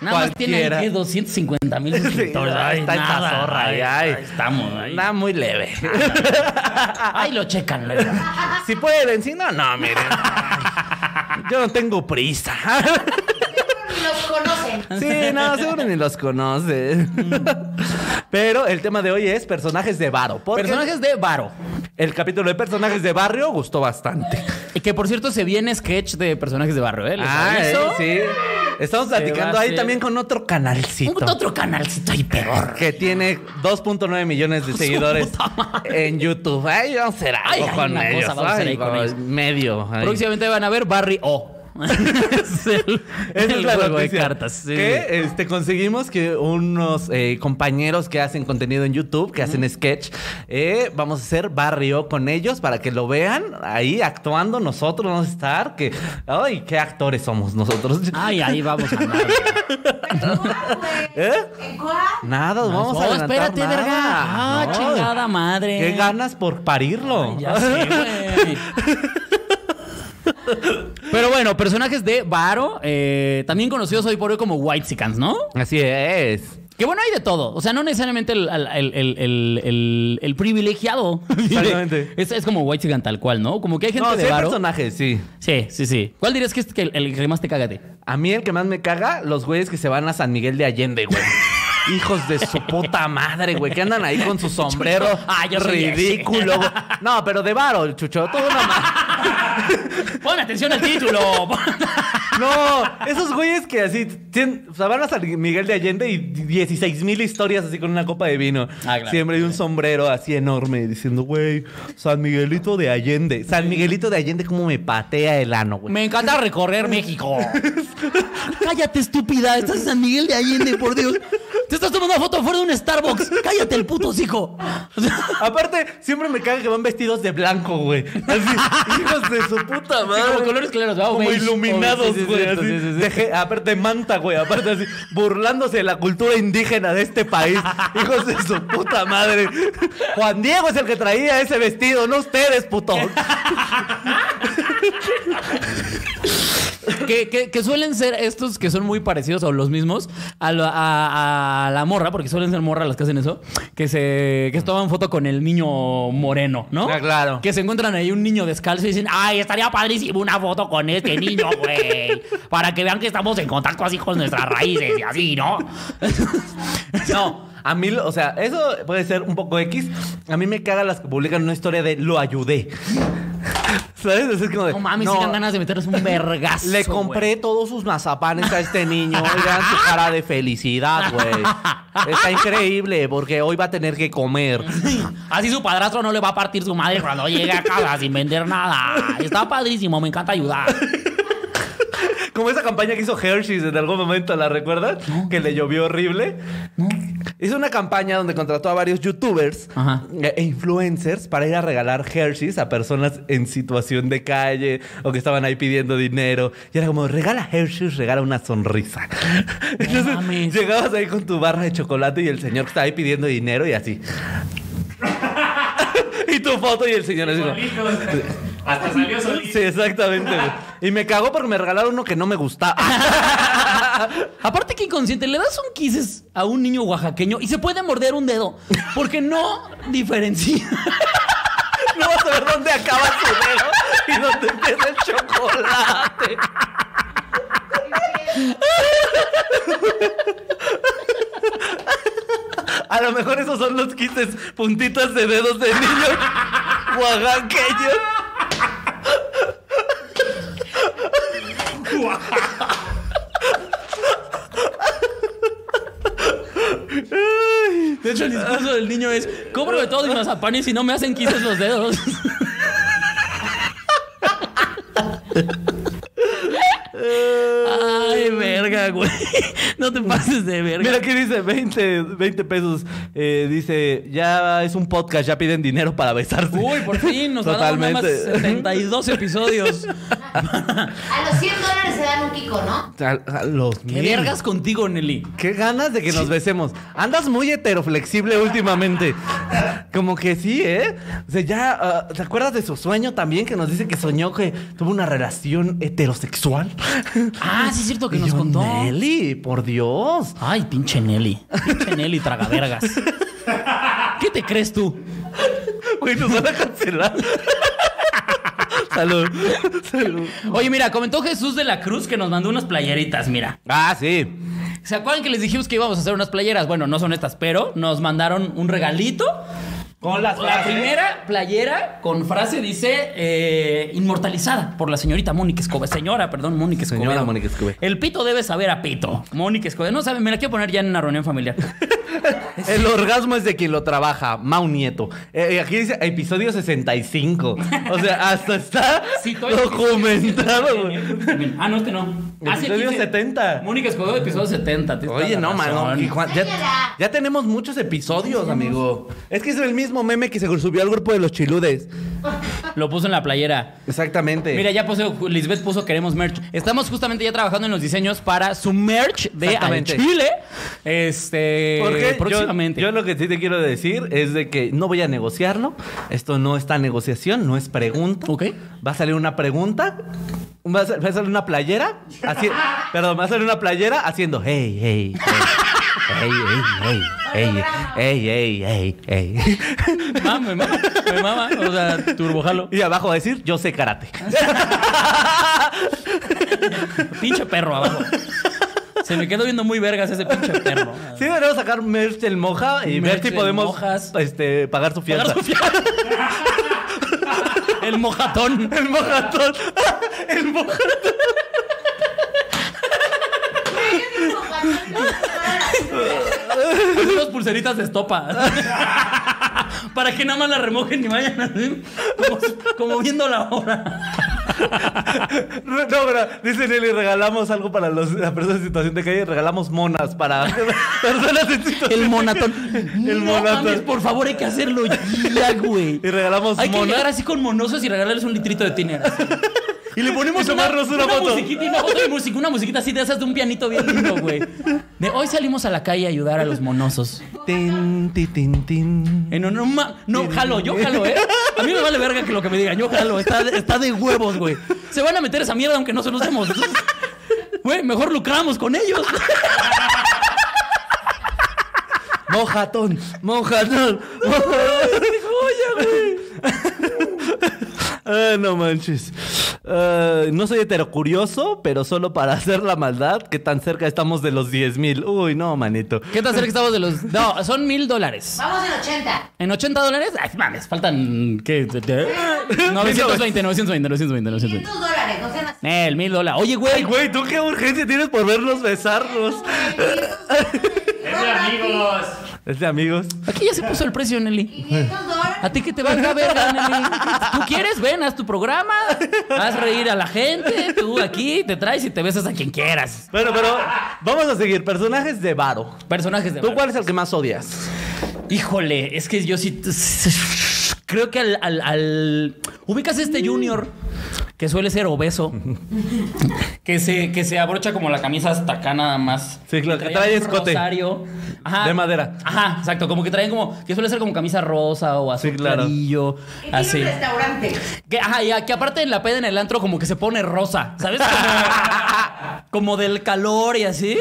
Nada más tiene Cualquiera. ahí que 250 mil suscriptores. Sí, Ay, está hecha nada. zorra, Ay, ay. ahí estamos. Ahí. Nada muy leve. Ahí lo checan luego. Si pueden, si no, no, miren. Yo no tengo prisa. Ni los conocen. Sí, no, seguro ni los conoce. Mm. Pero el tema de hoy es personajes de varo. Porque Personajes de Varo. el capítulo de personajes de barrio gustó bastante. Y que por cierto se viene sketch de personajes de Barrio, ¿eh? Les aviso. eh, sí. Estamos Se va platicando a ahí hacer- también con otro Un canalcito. otro canalcito ahí peor. Que tiene 2.9 millones de seguidores puta madre. en YouTube. Ay, vamos a hacer algo Ay, ay, con una cosa ellos. vamos a hacer Ay, ahí con vamos, ellos. Medio. ay. Próximamente van a ver Barry O. es el, Esa el es la juego de noticia. cartas. sí. Que este, conseguimos que unos eh, compañeros que hacen contenido en YouTube, que hacen sketch, eh, vamos a hacer barrio con ellos para que lo vean ahí actuando nosotros, vamos a estar. Que, ay, qué actores somos nosotros. Ay, ahí vamos a andar. ¿Eh? ¿En cuál? Nada, vamos a No, adelantar espérate, nada. verga. Ah, No. chingada madre. Qué ganas por parirlo. Ya sé, güey. Pero bueno, personajes de Varo, eh, también conocidos hoy por hoy como White ¿no? Así es. Que bueno, hay de todo. O sea, no necesariamente el, al- el- el- el- el- el privilegiado. Exactamente. es, es como White tal cual, ¿no? Como que hay gente No, sí de hay Varo. personajes, sí. Sí, sí, sí. ¿Cuál dirías que es que el, el que más te cágate? A mí el que más me caga, los güeyes que se van a San Miguel de Allende, güey. Hijos de su puta madre, güey, que andan ahí con su sombrero. Ah, yo soy ridículo. güey. No, pero de varo, el chucho. Todo una ma- Pon atención al título. No, esos güeyes que así tienen- o sea, van a San Miguel de Allende y 16 mil historias así con una copa de vino. Ah, claro. Siempre hay un sombrero así enorme diciendo, güey, San Miguelito de Allende. San Miguelito de Allende, como me patea el ano, güey. Me encanta recorrer México. Cállate, estúpida. Estás en San Miguel de Allende, por Dios. Te estás tomando una foto fuera de un Starbucks. Starbucks. Cállate el puto hocico. Aparte, siempre me caga que van vestidos de blanco, güey. Así, hijos de su puta Sí, madre. como colores claros, ¿verdad? O Como beige, o- iluminados, sí, sí, güey. cierto, así. sí, sí, sí. Deje- aparte, manta, güey. Aparte, así, burlándose de la cultura indígena de este país. Hijos de su puta madre. Juan Diego es el que traía ese vestido, no ustedes, puto. Que, que- que suelen ser estos que son muy parecidos o los mismos a, la- a- a la morra, porque suelen ser morras las que hacen eso, que se que se toman foto con el niño moreno, ¿no? Ah, claro. Que se encuentran ahí un niño descalzo y dicen, ay, estaría padrísimo una foto con este niño, güey. Para que vean que estamos en contacto así con nuestras raíces y así, ¿no? No, a mí, lo- o sea, eso puede ser un poco X. A mí me caga las que publican una historia de lo ayudé. ¿Sabes? Es como de, No mames, si dan ganas de meterles un vergazo. Le compré güey. todos sus mazapanes a este niño. Oigan su cara de felicidad, güey. Está increíble porque hoy va a tener que comer. Así su padrastro no le va a partir su madre cuando llegue a casa sin vender nada. Está padrísimo, me encanta ayudar. Como esa campaña que hizo Hershey's en algún momento, ¿la recuerdan? Que le llovió horrible. ¿No? Hizo una campaña donde contrató a varios youtubers Ajá. eh, e influencers para ir a regalar Hershey's a personas en situación de calle o que estaban ahí pidiendo dinero. Y era como, regala Hershey's, regala una sonrisa. Entonces mames. llegabas ahí con tu barra de chocolate y el señor que estaba ahí pidiendo dinero y así. y tu foto y el señor así. como- Hasta salió solito. Sí, exactamente. güey. Y me cagó porque me regalaron uno que no me gustaba. Aparte que inconsciente, le das un kisses a un niño oaxaqueño y se puede morder un dedo. Porque no diferencia. No vas a ver dónde acaba su dedo y dónde empieza el chocolate. A lo mejor esos son los quites puntitas de dedos de niños oaxaqueños. De hecho, el Ah. discurso del niño es, cobro de todos mis mazapanes y no me hacen kisses los dedos. Ay, verga, güey. No te pases de verga. Mira aquí dice 20, 20 pesos. Eh, dice, ya es un podcast, ya piden dinero para besarse. Uy, por fin, nos Totalmente. nada más 72 episodios. A los 100 dólares se dan un kiko, ¿no? A- a los ¿Qué mil. vergas contigo, Nelly? Qué ganas de que nos besemos. Andas muy heteroflexible últimamente. Como que sí, ¿eh? O sea, ya, ah, ¿te acuerdas de su sueño también que nos dice que soñó que tuvo una relación heterosexual? Ah, sí es cierto que Y nos yo, contó. Nelly, por Dios. Ay, pinche Nelly. Pinche Nelly tragavergas. ¿Qué te crees tú? Güey, nos van a cancelar. Salud. Salud. Oye, mira, comentó Jesús de la Cruz que nos mandó unas playeritas, mira. Ah, sí. ¿Se acuerdan que les dijimos que íbamos a hacer unas playeras? Bueno, no son estas, pero nos mandaron un regalito. Con las La primera playera con frase dice eh, inmortalizada por la señorita Mónica Escobedo. Señora, perdón, Mónica Escobedo. Señora Mónica Escobedo. El pito debe saber a pito. Mónica Escobedo. No saben, me la quiero poner ya en una reunión familiar. El orgasmo es de quien lo trabaja, Mau Nieto. Eh, eh, aquí dice episodio 65. O sea, hasta está Sí, estoy- documentado. güey. ah, no, este no. Hace Episodio 15. 70. Mónica Escobedo, episodio 70. tienes toda Oye, la no, mano. razón. y Juan- ya, ya tenemos muchos episodios, amigo. Es que es el mismo meme que se subió al grupo de los chiludes. Lo puso en la playera. Exactamente. Mira, ya puso, Lisbeth puso queremos merch. Estamos justamente ya trabajando en los diseños para su merch de Al Exactamente. Chile. Este, Porque yo- próximamente. Yo, lo que sí te quiero decir es de que no voy a negociarlo. Esto no está negociación, no es pregunta. Ok. Va a salir una pregunta. Va a, sal- va a salir una playera. Así, perdón, va a salir una playera haciendo hey, hey. Hey, hey, hey, hey, hey, hey, hey, hey. Mama, Ah, me mama, me mama. O sea, turbojalo. Y abajo va a decir, yo sé karate. Pinche perro abajo. Se me quedó viendo muy vergas ese pinche perro. Sí, deberíamos sacar merch del Moja y ver Merch si del podemos Mojas. este, pagar su fianza. Pagar su fianza. El mojatón. El mojatón. El mojatón. Unas pulseritas de estopa. Para que nada más la remojen y vayan así, como, como viendo la hora. No, pero dice Nelly, regalamos algo para los, las personas en situación de calle, regalamos monas para personas en situación El monatón. El no monatón. mames, por favor, hay que hacerlo ya, güey. Y regalamos Hay que monas. llegar así con monosos y regalarles un litrito de tiner. así. Y le ponemos a tomarnos una, foto. musiquita, y una foto de música, una musiquita así de esas de un pianito bien lindo, güey. De hoy salimos a la calle a ayudar a los monosos. Tin, ti, tin, tin. En honor, ma- no, jalo, yo jalo, ¿eh? A mí me vale verga que lo que me digan, yo jalo, está, de- está de huevos, güey. Se van a meter esa mierda aunque no se los demos. Güey, mejor lucramos con ellos. Mojatón, mojatón. joya, güey! Ah, no manches. Ah, no soy heterocurioso, pero solo para hacer la maldad, que tan cerca estamos de los 10 mil. Uy, no, manito. ¿Qué tan cerca estamos de los.? No, son mil dólares. Vamos en 80. ¿En 80 dólares? Ay, mames, faltan. ¿Qué? 920, 920, 920, 920. 500 dólares, no sean así. El mil dólares. Oye, Ay, güey. güey, ¿tú qué urgencia tienes por vernos besarnos? ¡Es de amigos! Es de Este, amigos. Aquí ya se puso el precio, Nelly. 500 dólares. A ti que te valga verga, Nelly. ¿Tú quieres? Ven, haz tu programa. Haz reír a la gente. Tú aquí te traes y te besas a quien quieras. Bueno, pero vamos a seguir. Personajes de Varo. Personajes de. ¿Tú cuál es el que más odias? Híjole, es que yo sí. Creo que al. al- al- Ubicas Mm. este Junior que suele ser obeso. que, se, que se abrocha como la camisa hasta acá nada más. Sí, claro, Y que traía trae un escote. rosario. Ajá. De madera. Ajá, exacto. Como que traen como. Que suele ser como camisa rosa o azul Sí, claro. clarillo. Que tiene Así. un restaurante. Que, ajá, ya, que aparte en la peda en el antro como que se pone rosa, ¿sabes? Como, como del calor y así.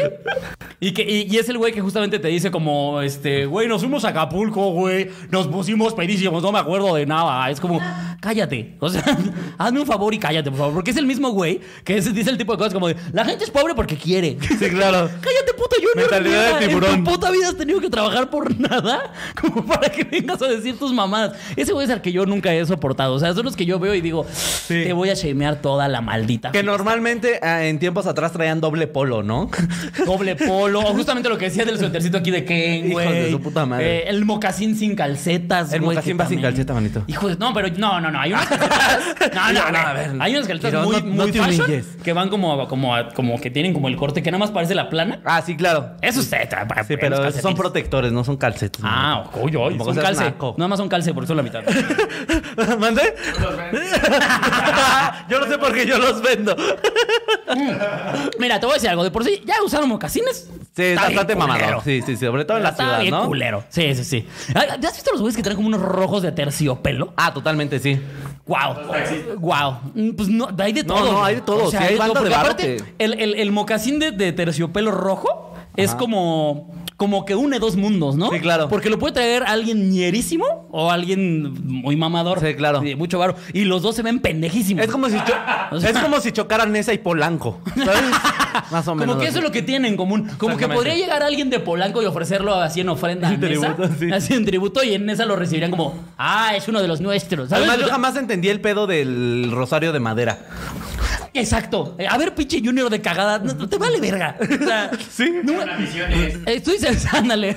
Y, que, y, y es el güey que justamente te dice como, este, güey, nos fuimos a Acapulco, güey, nos pusimos pedísimos, no me acuerdo de nada. Es como, cállate, o sea, hazme un favor y cállate, por favor, porque es el mismo güey que es- dice el tipo de cosas como de, la gente es pobre porque quiere. Sí, claro. Cállate, puto Junior. Mentalidad de mierda. En tiburón. tu puta vida has tenido que trabajar por nada como para que vengas a decir tus mamadas. Ese güey es el que yo nunca he soportado. O sea, son los que yo veo y digo, te voy a shamear toda la maldita. Que normalmente ah, en tiempos atrás traían doble polo, ¿no? Doble polo. O justamente lo que decía del suétercito aquí de Ken, Hijos güey. de su puta madre. Eh, el mocasín sin calcetas, El güey, mocasín que va también- sin calceta, manito. Hijo de... No, pero... No, no, no. Hay unas calcetas... No, no, No, no, a a ver, Hay unas calcetas Quirón, muy, no- no muy te fashion humilles. que van como, como, como que tienen como el corte que nada más parece la plana. Ah, sí, claro. Eso eh, usted para Sí, pero esos son protectores protectores, no son calcetas. Ah, oye, oye, Tampoco son seas calce. naco. Nada más son calce, por eso la mitad. ¿Mandé? yo no sé por qué yo los vendo. Mira, te voy a decir algo. De por sí, ya usaron mocasines. Sí, es bastante bien mamado. culero. Sí, sí, sí, sobre todo en la Está ciudad, bien ¿no? culero. Sí, sí, sí. Ah, ¿Ya has visto los güeyes que traen como unos rojos de terciopelo? Ah, totalmente sí. Wow. Wow. Pues no, hay de No, todo. no, hay de todo. Sí, hay de todo, bandas de porque barro aparte, el, el, el mocasín de, de terciopelo rojo es como. Como que une dos mundos, ¿no? Sí, claro. Porque lo puede traer alguien ñerísimo o alguien muy mamador. Sí, claro. De mucho varo. Y los dos se ven pendejísimos. Es como si, cho- O sea- es como si chocaran Nesa y Polanco. ¿Sabes? Más o menos. Como que así. eso es lo que tienen en común. Como que Exactamente. podría llegar alguien de Polanco y ofrecerlo así en ofrenda a En Nesa. tributo, sí. Así en tributo y en Nesa lo recibirían como, ah, es uno de los nuestros. ¿sabes? Además, O yo sea, jamás entendí el pedo del rosario de madera. Exacto. Eh, A ver, pinche Junior de cagada, no, no te vale verga. O sea, Sí. no- eh, Las visiones. estoy ándale.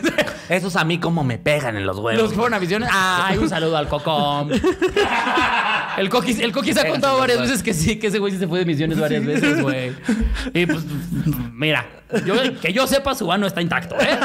Esos a mí como me pegan en los huevos. Los que fueron a visiones. Ay, un saludo al Cocom. El Coquis, el Coquis ha contado varias veces que sí, que ese güey sí se fue de misiones varias veces, güey. Y pues, mira, yo- que yo sepa, su ano está intacto, ¿eh?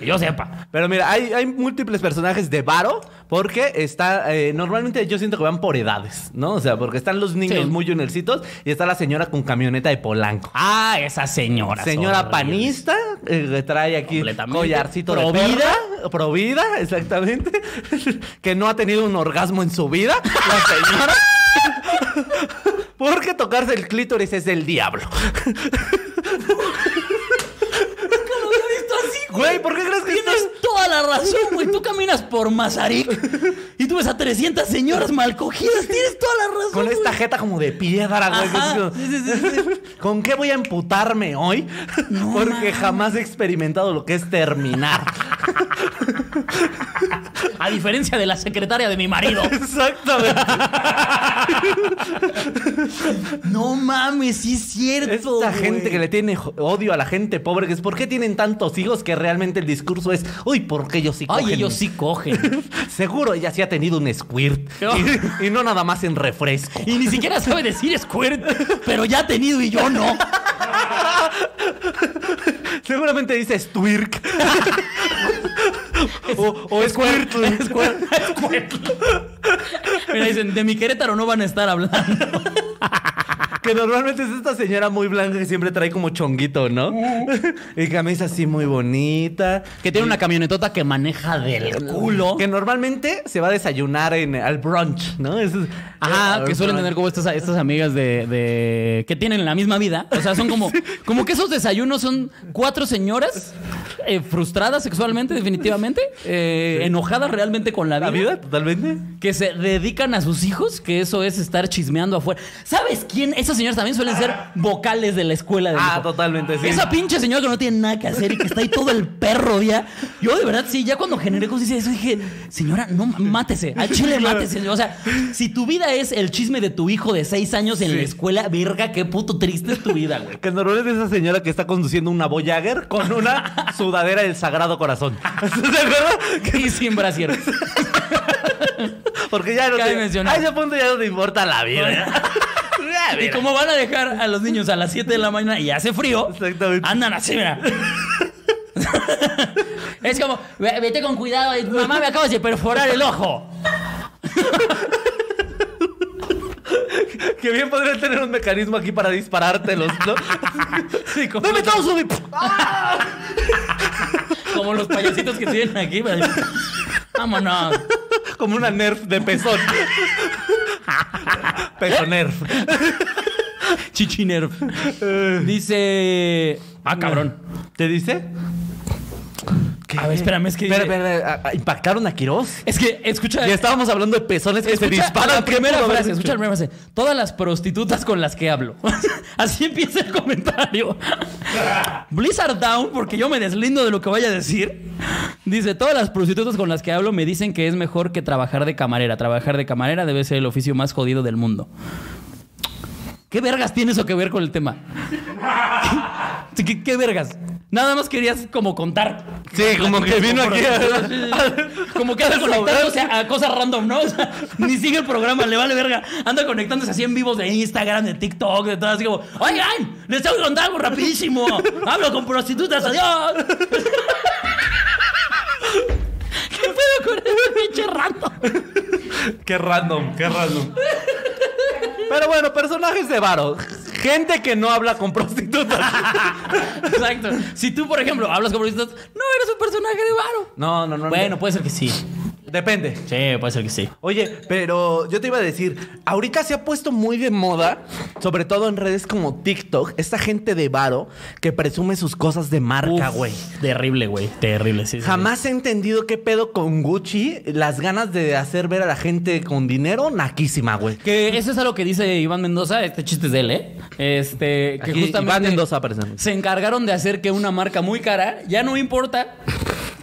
Que yo sepa. Pero mira, hay, hay múltiples personajes de Varo porque está... eh, normalmente yo siento que van por edades, ¿no? O sea, porque están los niños Sí. muy juniorcitos y está la señora con camioneta de Polanco. Ah, esa señora. Señora horrible. panista, eh, que trae aquí Completamente. collarcito de Provida. perra, provida, exactamente, que no ha tenido un orgasmo en su vida, la señora. Porque tocarse el clítoris es del diablo. Nunca lo había visto así, Güey, ¿por qué crees que Tienes estás- toda la razón, güey. Tú caminas por Mazarik y tú ves a 300 señoras mal cogidas. Tienes toda la razón. Con esta güey. jeta como de piedra, güey. Ajá, que es como- sí, sí, sí, ¿Con qué voy a emputarme hoy? Porque jamás he experimentado lo que es terminar. A diferencia de la secretaria de mi marido. Exactamente. No mames, sí es cierto. Esta güey. gente que le tiene jo- odio a la gente pobre, que es ¿por qué tienen tantos hijos que realmente el discurso es, uy, ¿por qué ellos sí Ay, cogen?". ellos sí cogen. Seguro ella sí ha tenido un squirt No. y, y no nada más en refresco. Y ni siquiera sabe decir squirt, pero ya ha tenido y yo no. Seguramente dice Stwirk. o o Squirtle. Mira, dicen, de mi Querétaro no van a estar hablando. Que normalmente es esta señora muy blanca que siempre trae como chonguito, ¿no? y camisa así muy bonita. Que tiene una camionetota que maneja del culo. Que normalmente se va a desayunar en, al brunch, ¿no? Es- Ajá, al que suelen brunch. tener como estas, estas amigas de, de- que tienen la misma vida. O sea, son como, como que esos desayunos son cuatro señoras eh, frustradas sexualmente, definitivamente, eh, enojadas realmente con la vida, ¿La vida? Totalmente. que se dedican a sus hijos, que eso es estar chismeando afuera. ¿Sabes quién? Esas señoras también suelen ser vocales de la escuela de Ah, totalmente, sí. Esa pinche señora que no tiene nada que hacer y que está ahí todo el perro día. Yo de verdad, sí, ya cuando generé conciencia de eso dije, señora, no mátese, al chile mátese. O sea, si tu vida es el chisme de tu hijo de seis años en la escuela, verga, qué puto triste es tu vida, güey. Que normalmente es esa señora que está conduciendo una Voyager con una sudadera del Sagrado Corazón. ¿Estás de acuerdo? Y sin brasier. Porque ya no Cabe te, mencionar. a ese punto ya no te importa la vida. Ya, Y Ah, mira. como van a dejar a los niños a las 7 de la mañana y hace frío, Exactamente. andan así, mira. es como, "Ve- vete con cuidado, eh, mamá me acabas de perforar el ojo. Que bien podrían tener un mecanismo aquí para disparártelos, ¿no? Sí, como, ¡No me tomo su- como los payasitos que tienen aquí. pero- Vámonos. Como una nerf de pezón. ¿Eh? Peso nerf. Chichiner. Dice. Ah, cabrón. ¿Te dice? A ver, espérame, es que. Espera, dice- espera, a- a- impactaron a Quirós. Es que, escucha. Ya estábamos hablando de pezones que se escucha disparan. La primera ¿Qué pudo haber frase, dicho? escucha la primera frase. Todas las prostitutas con las que hablo. Así empieza el comentario. Blizzard Down, porque yo me deslindo de lo que vaya a decir. Dice: Todas las prostitutas con las que hablo me dicen que es mejor que trabajar de camarera. Trabajar de camarera debe ser el oficio más jodido del mundo. ¿Qué vergas tiene eso que ver con el tema? ¿Qué, qué- qué vergas? Nada más querías como contar. Sí, como que vino aquí a- Como que anda conectándose a cosas random, ¿no? O sea, ni sigue el programa, le vale verga. Anda conectándose así en vivos de Instagram, de TikTok, de todas así como, oigan, les tengo que contar algo rapidísimo. Hablo con prostitutas, adiós. ¿Qué pedo con ese pinche rato? Qué random, qué random. Pero bueno, personajes de varo. Gente que no habla con prostitutas. Exacto. Si tú, por ejemplo, hablas con prostitutas, no eres un personaje de varo. No, no, no. Bueno, puede ser que sí. depende. Sí, puede ser que sí. Oye, pero yo te iba a decir, ahorita se ha puesto muy de moda, sobre todo en redes como TikTok, esta gente de varo que presume sus cosas de marca, Uf, güey. Terrible, güey. Terrible, sí. sí, Jamás he entendido qué pedo con Gucci, las ganas de hacer ver a la gente con dinero, naquísima, güey. sí. Que eso es algo que dice Iván Mendoza. Este chiste es de él, ¿eh? Este, que Aquí justamente. Iván Mendoza, perdón. Se encargaron de hacer que una marca muy cara, ya no importa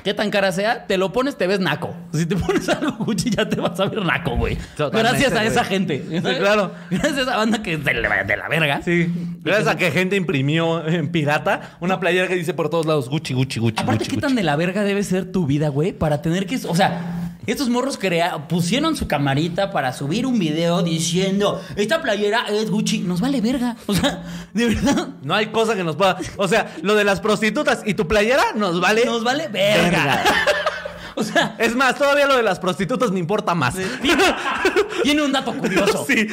qué tan cara sea, te lo pones, te ves naco. Si te pones algo Gucci, ya te vas a ver naco, güey. Totalmente, Gracias a güey. esa gente. ¿sabes? claro. Gracias a esa banda que es de la, de la verga. Sí. Gracias a que gente imprimió en pirata una playera que dice por todos lados Gucci, Gucci, Gucci, Aparte, Gucci. ¿qué tan de la verga debe ser tu vida, güey? Para tener que. O sea, estos morros crea, pusieron su camarita para subir un video diciendo: Esta playera es Gucci. Nos vale verga. O sea, de verdad. No hay cosa que nos pueda. O sea, lo de las prostitutas y tu playera nos vale. Nos vale verga. O sea, Es más, todavía lo de las prostitutas me importa más. tiene un dato curioso. Sí.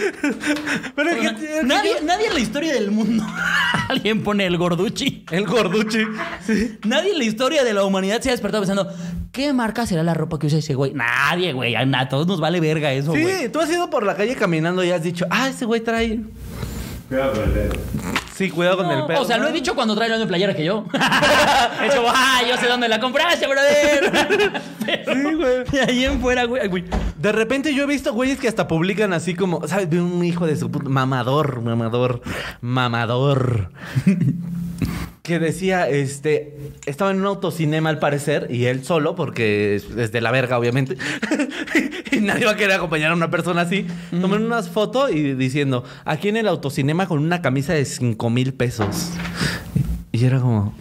Pero O es que- sea, es que nadie, nadie en la historia del mundo. Alguien pone el gorduchi. yo- El gorduchi. Sí. Nadie en la historia de la humanidad se ha despertado pensando, ¿qué marca será la ropa que usa ese güey? Nadie, güey. A a todos nos vale verga eso, Sí, güey. tú has ido por la calle caminando y has dicho, ah, ese güey trae. Cuidado con el dedo. Sí, cuidado con el No, pelo. O sea, lo he dicho cuando trae la misma playera que yo. es como, ah, yo sé dónde la compraste, brother. Pero Sí, güey. De ahí en fuera, güey. ay, güey. De repente yo he visto güeyes que hasta publican así como, ¿sabes? De un hijo de su puta. Mamador, mamador, mamador. que decía, este, estaba en un autocinema al parecer, y él solo, porque es, es de la verga, obviamente, y nadie va a querer acompañar a una persona así. Tomaron unas fotos y diciendo, aquí en el autocinema con una camisa de 5 mil pesos. Y era como...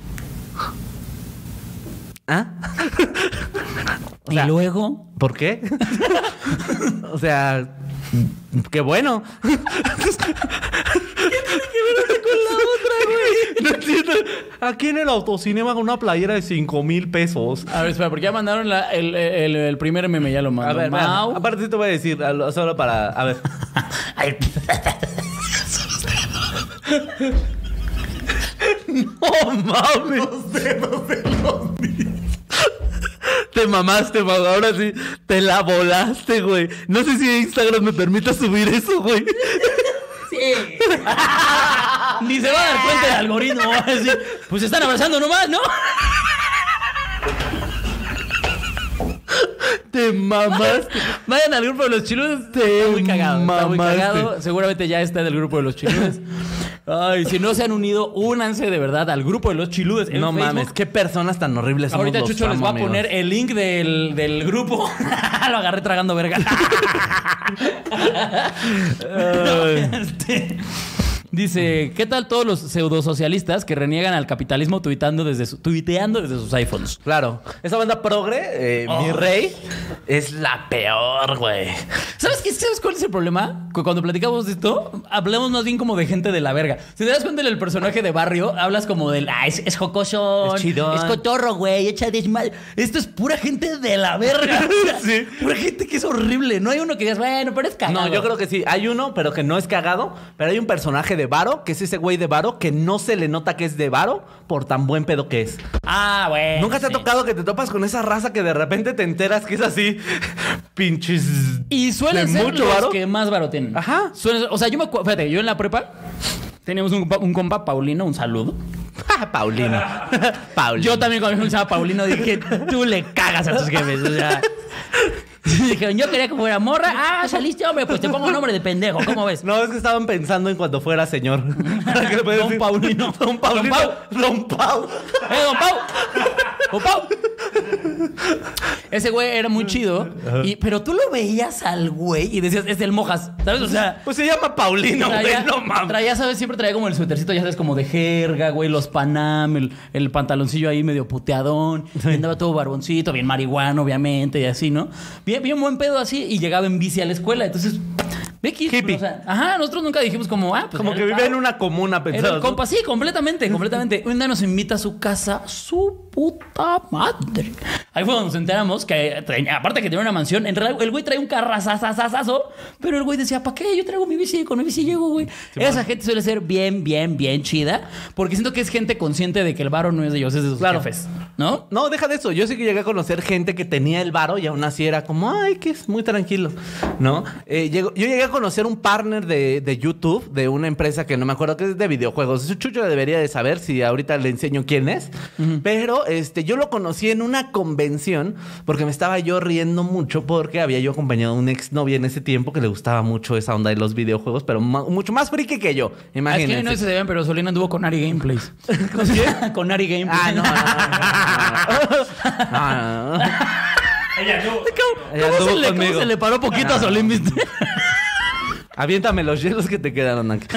¿Ah? O sea, y luego, ¿Por qué? o sea, qué bueno. No entiendo. Aquí en el autocinema con una playera de 5 mil pesos. a ver, espera, porque ya mandaron la- el, el- el primer meme, ya lo A mandaron. ver, vean, Mau. aparte te voy a decir, a lo- solo para. A ver. no Oh, mames. Te mamaste, Mau. Ahora sí, te la volaste, güey. No sé si Instagram me permita subir eso, güey. Sí. Ni se va a dar cuenta el algoritmo. Va a decir, pues se están abrazando nomás, ¿no? Te mamaste. Vayan al grupo de los chiludes. Te Está muy cagado. Está muy mamaste. cagado. Seguramente ya está en el grupo de los chiludes. Ay, si no se han unido, únanse de verdad al grupo de los chiludes. en No Facebook. mames, qué personas tan horribles somos Ahorita los Chucho les amo, va a amigos. poner el link del, del grupo. Lo agarré tragando verga. Este, dice, ¿qué tal todos los pseudosocialistas que reniegan al capitalismo tuitando desde su- tuiteando desde sus iPhones? Claro. Esa banda progre, eh, mi Oh. rey, es la peor, güey. ¿Sabes, qué, ¿Sabes cuál es el problema? Cu- Cuando platicamos de esto, hablamos más bien como de gente de la verga. Si te das cuenta del personaje de barrio, hablas como del, ah, es, es jocoso, Es chidón. cotorro, güey, echa desmadre. Esto es pura gente de la verga. O sea, Sí. Pura gente que es horrible. No hay uno que digas, bueno, pero es cagado. No, yo creo que sí. Hay uno, pero que no es cagado. Pero hay un personaje de Varo, que es ese güey de Varo, que no se le nota que es de Varo por tan buen pedo que es. Ah, bueno. Nunca te ha sí. tocado que te topas con esa raza que de repente te enteras que es así. Pinches. Y suelen de ser mucho los varo. que más varo tienen. Ajá. Suelen ser- o sea, yo me acuerdo, fíjate, yo en la prepa teníamos un, compa- un compa, Paulino, un saludo. Paulino. Paulino. Yo también cuando me escuchaba Paulino dije, tú le cagas a tus jefes. O sea, dijeron, yo quería que fuera morra. Ah, saliste, hombre, pues te pongo nombre de pendejo. ¿Cómo ves? No, es que estaban pensando en cuando fuera señor. ¿Qué le puedes Don decir? Paulino. Don Paulino. Don Pau. ¡Eh, don Pau! ¡Don Pau! Ese güey era muy chido. Y, pero tú lo veías al güey y decías, es del Mojas. ¿Sabes? O sea. Pues se llama Paulino, güey. No mames. traía, ¿sabes? Siempre traía como el suétercito, ya sabes, como de jerga, güey, los Panam, el, el pantaloncillo ahí medio puteadón. Y andaba todo barboncito, bien marihuano, obviamente, y así, ¿no? Bien, bien buen pedo así, y llegaba en bici a la escuela. Entonces, ve que. Hippie. o sea, ajá, nosotros nunca dijimos como, ah, pues. Como era que el vive en Pau. una comuna, Era el pensado. Eh, compa, sí, completamente, completamente. Un día nos invita a su casa, su puta madre. Ahí fue donde nos enteramos que, tenía- aparte que tenía una mansión, en realidad el güey trae un carrazazazazo, pero el güey decía, ¿para qué? Yo traigo mi bici, con mi bici llego, güey. Esa gente suele ser bien, bien, bien chida, porque siento que es gente consciente de que el varo no es de ellos, es de sus Claro. jefes, ¿no? No, deja de eso. Yo sí que llegué a conocer gente que tenía el varo y aún así era como, ay, que es muy tranquilo, ¿no? Eh, llego- yo llegué a conocer un partner de, de YouTube, de una empresa que no me acuerdo que es de videojuegos. Eso Chucho debería de saber si ahorita le enseño quién es. Pero este, yo lo conocí en una convención porque me estaba yo riendo mucho porque había yo acompañado a una exnovia en ese tiempo que le gustaba mucho esa onda de los videojuegos, pero ma- mucho más friki que yo. Es Imagínense. que no se deben, pero Solina anduvo con Ari Gameplays. ¿Con quién? con Ari Gameplays. Ah, no, no, no, no, no, no. No, no, no. Ella no. Ella ¿Cómo, se anduvo le, cómo conmigo. se le paró poquito a Solín, viste? Aviéntame los hielos que te quedaron aquí.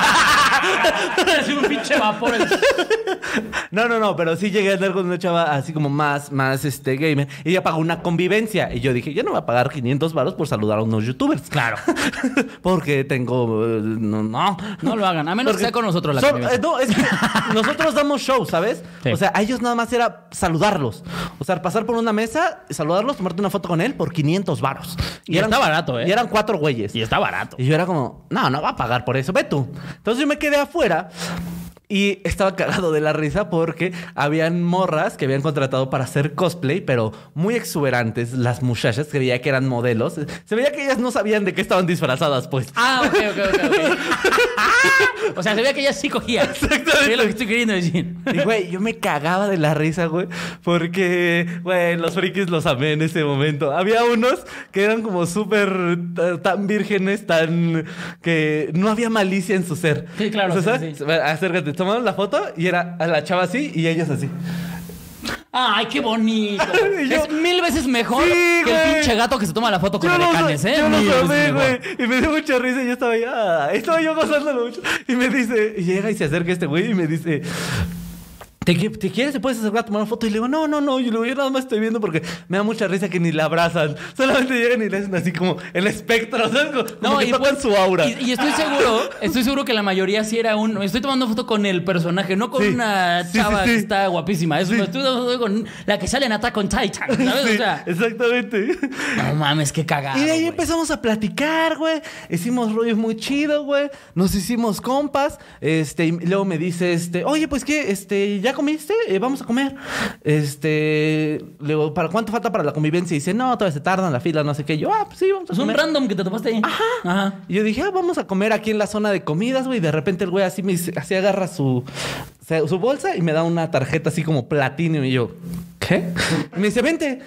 Es un pinche vapor. el- No, no, no, pero sí llegué a andar con una chava así como más, más este gamer. Y ella pagó una convivencia. Y yo dije, yo no voy a pagar 500 varos por saludar a unos youtubers. Claro. Porque tengo. eh, No, no. No lo hagan, a menos Porque que sea con nosotros la son- convivencia. eh, No, es que nosotros damos show, ¿sabes? Sí. O sea, a ellos nada más era saludarlos. O sea, pasar por una mesa, saludarlos, tomarte una foto con él por 500 varos. Y está barato, ¿eh? Y eran cuatro güeyes. Y está barato. Y yo era como, no, no va a pagar por eso, ve tú. Entonces yo me quedé afuera y estaba cagado de la risa porque habían morras que habían contratado para hacer cosplay, pero muy exuberantes. Las muchachas que veía que eran modelos. Se veía que ellas no sabían de qué estaban disfrazadas, pues. Ah, ok, ok, ok. ok. o sea, se veía que ella sí cogía. Exactamente. Es lo que estoy queriendo decir. Y, güey, yo me cagaba de la risa, güey, porque, güey, los frikis los amé en ese momento. Había unos que eran como súper eh, tan vírgenes, tan... que no había malicia en su ser. Sí, claro, O sea, sí, ¿sabes? Acércate, tomamos la foto y era a la chava así y ellos así. Ay, qué bonito. Y yo- es mil veces mejor Sí, que el güey. pinche gato que se toma la foto con Yo lo canes, sa- ¿eh? yo lo Mil veces sabía, mejor. güey. Y me dio mucha risa y yo estaba ahí, ah, estaba yo gozándolo mucho. Y me dice, y llega y se acerca este güey y me dice, ¿Te, qui- te quieres? ¿Te puedes acercar a tomar una foto? Y le digo, no, no, no. Y le digo, yo nada más estoy viendo porque me da mucha risa que ni la abrazan. Solamente llegan y le hacen así como el espectro, ¿sabes? Como, como que tocan pues, su aura. Y, y estoy seguro, estoy seguro que la mayoría sí era un. Estoy tomando foto con el personaje, no con Sí. una Sí, chava sí, sí. que está guapísima. Es, Sí. Estoy tomando foto con la que sale en Attack on Titan, ¿sabes? Sí, O sea, exactamente. no mames, qué cagada. Y de ahí güey. empezamos a platicar, güey. Hicimos rollos muy chidos, güey. Nos hicimos compas. Este, y luego me dice, este, oye, pues qué, este, ¿ya comiste? Eh, vamos a comer. Este, le digo, ¿para cuánto falta para la convivencia? Y dice, no, todavía se tardan la fila, no sé qué. Y yo, ah, pues sí, vamos a Es un comer. random que te tomaste ahí. Ajá. Ajá. Y yo dije, ah, vamos a comer aquí en la zona de comidas, güey. Y de repente el güey así me dice- así agarra su, se- su bolsa y me da una tarjeta así como platino. Y yo, ¿qué? Y me dice, vente.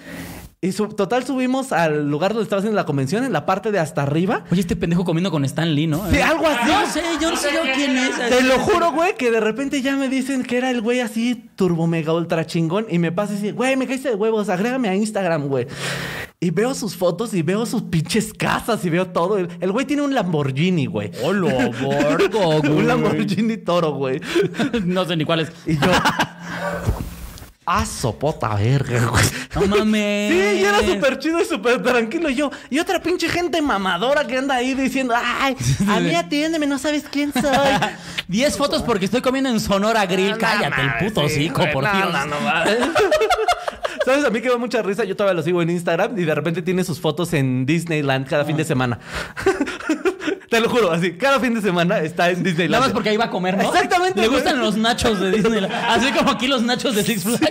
Y su, total subimos al lugar donde estaba haciendo la convención, en la parte de hasta arriba. Oye, este pendejo comiendo con Stan Lee, ¿no? Sí, algo así. Yo sé, yo no sé yo quién es. Te lo juro, güey, que de repente ya me dicen que era el güey así turbo mega ultra chingón y me pasa y dice, güey, me caíste de huevos, agrégame a Instagram, güey. Y veo sus fotos y veo sus pinches casas y veo todo. El el güey tiene un Lamborghini, güey. Hola, Borgo, güey. Un Lamborghini toro, güey. No sé ni cuál es. Y yo. ¡Ah, sopota verga, güey! No mames. Sí, y era súper chido y súper tranquilo. Y yo, y otra pinche gente mamadora que anda ahí diciendo, ay, a mí atiéndeme, no sabes quién soy. 10 fotos porque estoy comiendo en Sonora Grill. Cállate, el puto hocico, por Dios. ¿Sabes? A mí que me da mucha risa. Yo todavía lo sigo en Instagram y de repente tiene sus fotos en Disneyland cada fin de semana. Te lo juro, así, cada fin de semana está en Disneyland. Nada más porque ahí va a comer, ¿no? Exactamente, Le güey. gustan los nachos de Disney. Así como aquí los nachos de Six Flags.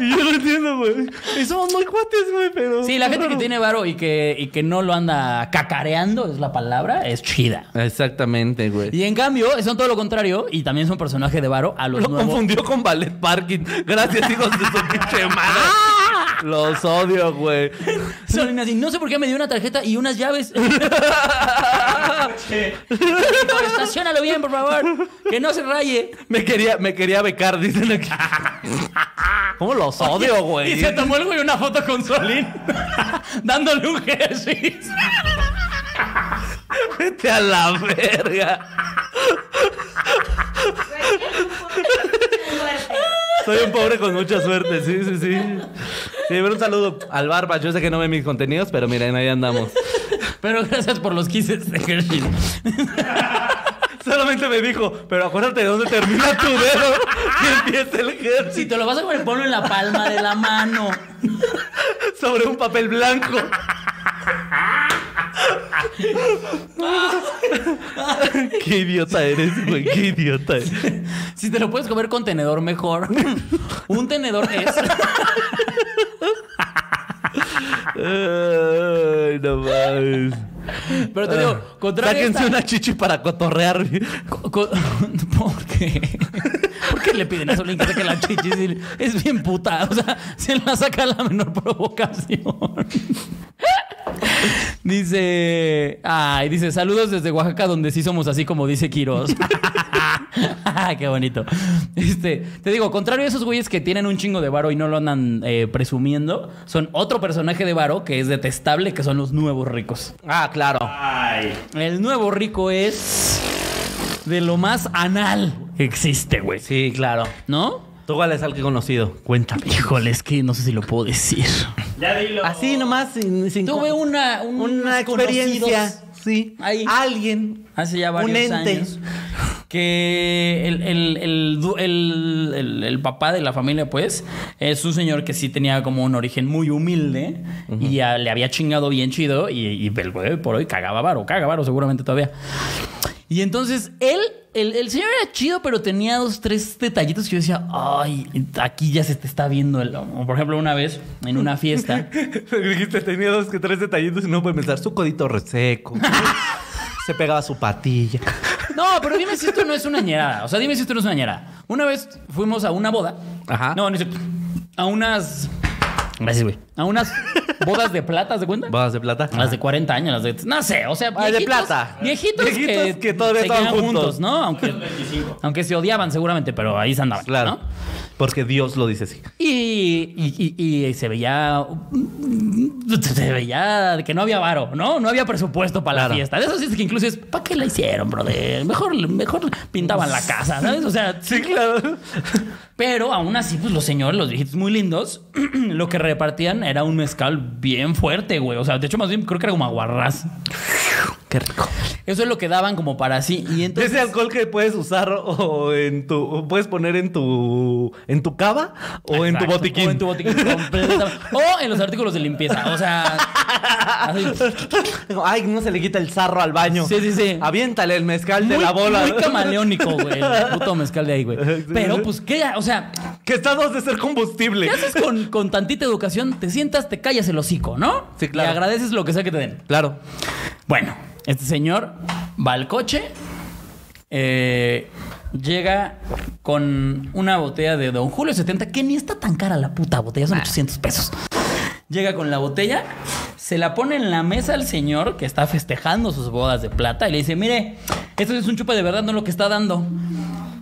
Y yo lo entiendo, güey. Y somos muy cuates, güey, pero. Sí, la gente que Raro. tiene varo y que, y que no lo anda cacareando, es la palabra, es chida. Exactamente, güey. Y en cambio, son todo lo contrario y también son personaje de varo a los Lo nuevos. confundió con Ballet Parking. Gracias, hijos de su pinche madre. ¡Ah! Los odio, güey. Son así, no sé por qué me dio una tarjeta y unas llaves. Pero estacionalo bien, por favor. Que no se raye. Me quería, me quería becar, dicen aquí. ¿Cómo los odio, güey? Y se tomó el güey una foto con Solín dándole un Hershey's. Vete a la verga. Fuerte. Soy un pobre con mucha suerte, sí, sí, sí. Sí, pero un saludo al Barba. Yo sé que no ve mis contenidos, pero miren, ahí andamos. Pero gracias por los kisses de Hershey's. Solamente me dijo, pero acuérdate de dónde termina tu dedo y empieza el Si ejército te lo vas a poner, ponlo en la palma de la mano. sobre un papel blanco. Qué idiota eres, güey. Qué idiota eres. Si te lo puedes comer con tenedor, mejor. Un tenedor es. Ay, no mames. Ah, Pero te digo, contrario a Sáquense esta- una chichi para cotorrear. Co- co- ¿Por qué? ¿Por qué le piden a Solín que saque la chichis? Y- Es bien puta. O sea, se la saca a la menor provocación. Dice. Ay, dice, saludos desde Oaxaca, donde sí somos así como dice Quiroz. Ah, Qué bonito. Este, te digo, contrario a esos güeyes que tienen un chingo de varo y no lo andan eh, presumiendo, son otro personaje de varo que es detestable, que son los nuevos ricos. Ah, claro. Ay. El nuevo rico es de lo más anal que existe, güey. Sí, claro. ¿No? ¿Tú cuál es al que he conocido? Cuéntame. Híjole, es que no sé si lo puedo decir. Ya dilo. Así nomás, sin, sin Tuve una, un- unos una experiencia. conocidos Sí. Ahí. Alguien. Hace ya varios Un ente. años. Que el, el- el du- el- el- el papá de la familia, pues, es un señor que sí tenía como un origen muy humilde y ah, le había chingado bien chido. Y, y el güey por hoy cagaba varo, caga varo seguramente todavía. Y entonces él, el, el señor era chido, pero tenía dos, tres detallitos que yo decía, ay, aquí ya se te está viendo el lomo. Por ejemplo, una vez en una fiesta. Dijiste, tenía dos que tres detallitos y no puede pensar. Su codito reseco. Se pegaba su patilla. No, pero dime si esto no es una ñerada. O sea, dime si esto no es una ñerada. Una vez fuimos a una boda. Ajá. No, ni se- a unas Así, güey. A unas bodas de plata, ¿se cuenta? ¿Bodas de plata? Las de 40 años, las de. No sé, o sea. Ah, de viejitos- plata. Viejitos, Viejitos que, que todavía se estaban quedaban juntos. ¿no? Aunque, 25. aunque se odiaban seguramente, pero ahí se andaban. Ah, Claro. ¿no? Porque Dios lo dice así. Y, y- y- y se veía. Se veía que no había varo, ¿no? No había presupuesto para Claro. la fiesta. De eso sí es que incluso es. ¿Para qué la hicieron, brother? Mejor, mejor pintaban la casa, ¿sabes? O sea, sí, claro. Pero aún así, pues los señores, los viejitos muy lindos, lo que repartían era un mezcal bien fuerte, güey. O sea, de hecho, más bien creo que era como aguarrás. Qué rico. Eso es lo que daban como para sí. Y entonces. Ese alcohol que puedes usar o en tu o puedes poner en tu en tu cava o en tu Exacto. botiquín. O en tu botiquín. completamente. o en los artículos de limpieza. O sea. así. Ay, no se le quita el zarro al baño. Sí, sí, sí. Aviéntale el mezcal de muy, la bola. muy camaleónico, güey. El puto mezcal de ahí, güey. Sí, sí. Pero, pues, ¿qué? O sea, Que está a dos de ser combustible. ¿qué haces con, con tantita educación? Te sientas, te callas el hocico, ¿no? Sí, claro. Y agradeces lo que sea que te den. Claro. Bueno, este señor va al coche, eh, llega con una botella de Don Julio 70, que ni está tan cara la puta botella, son 800 pesos. Llega con la botella, se la pone en la mesa al señor que está festejando sus bodas de plata y le dice, mire, esto es un chupa de verdad, no lo que está dando.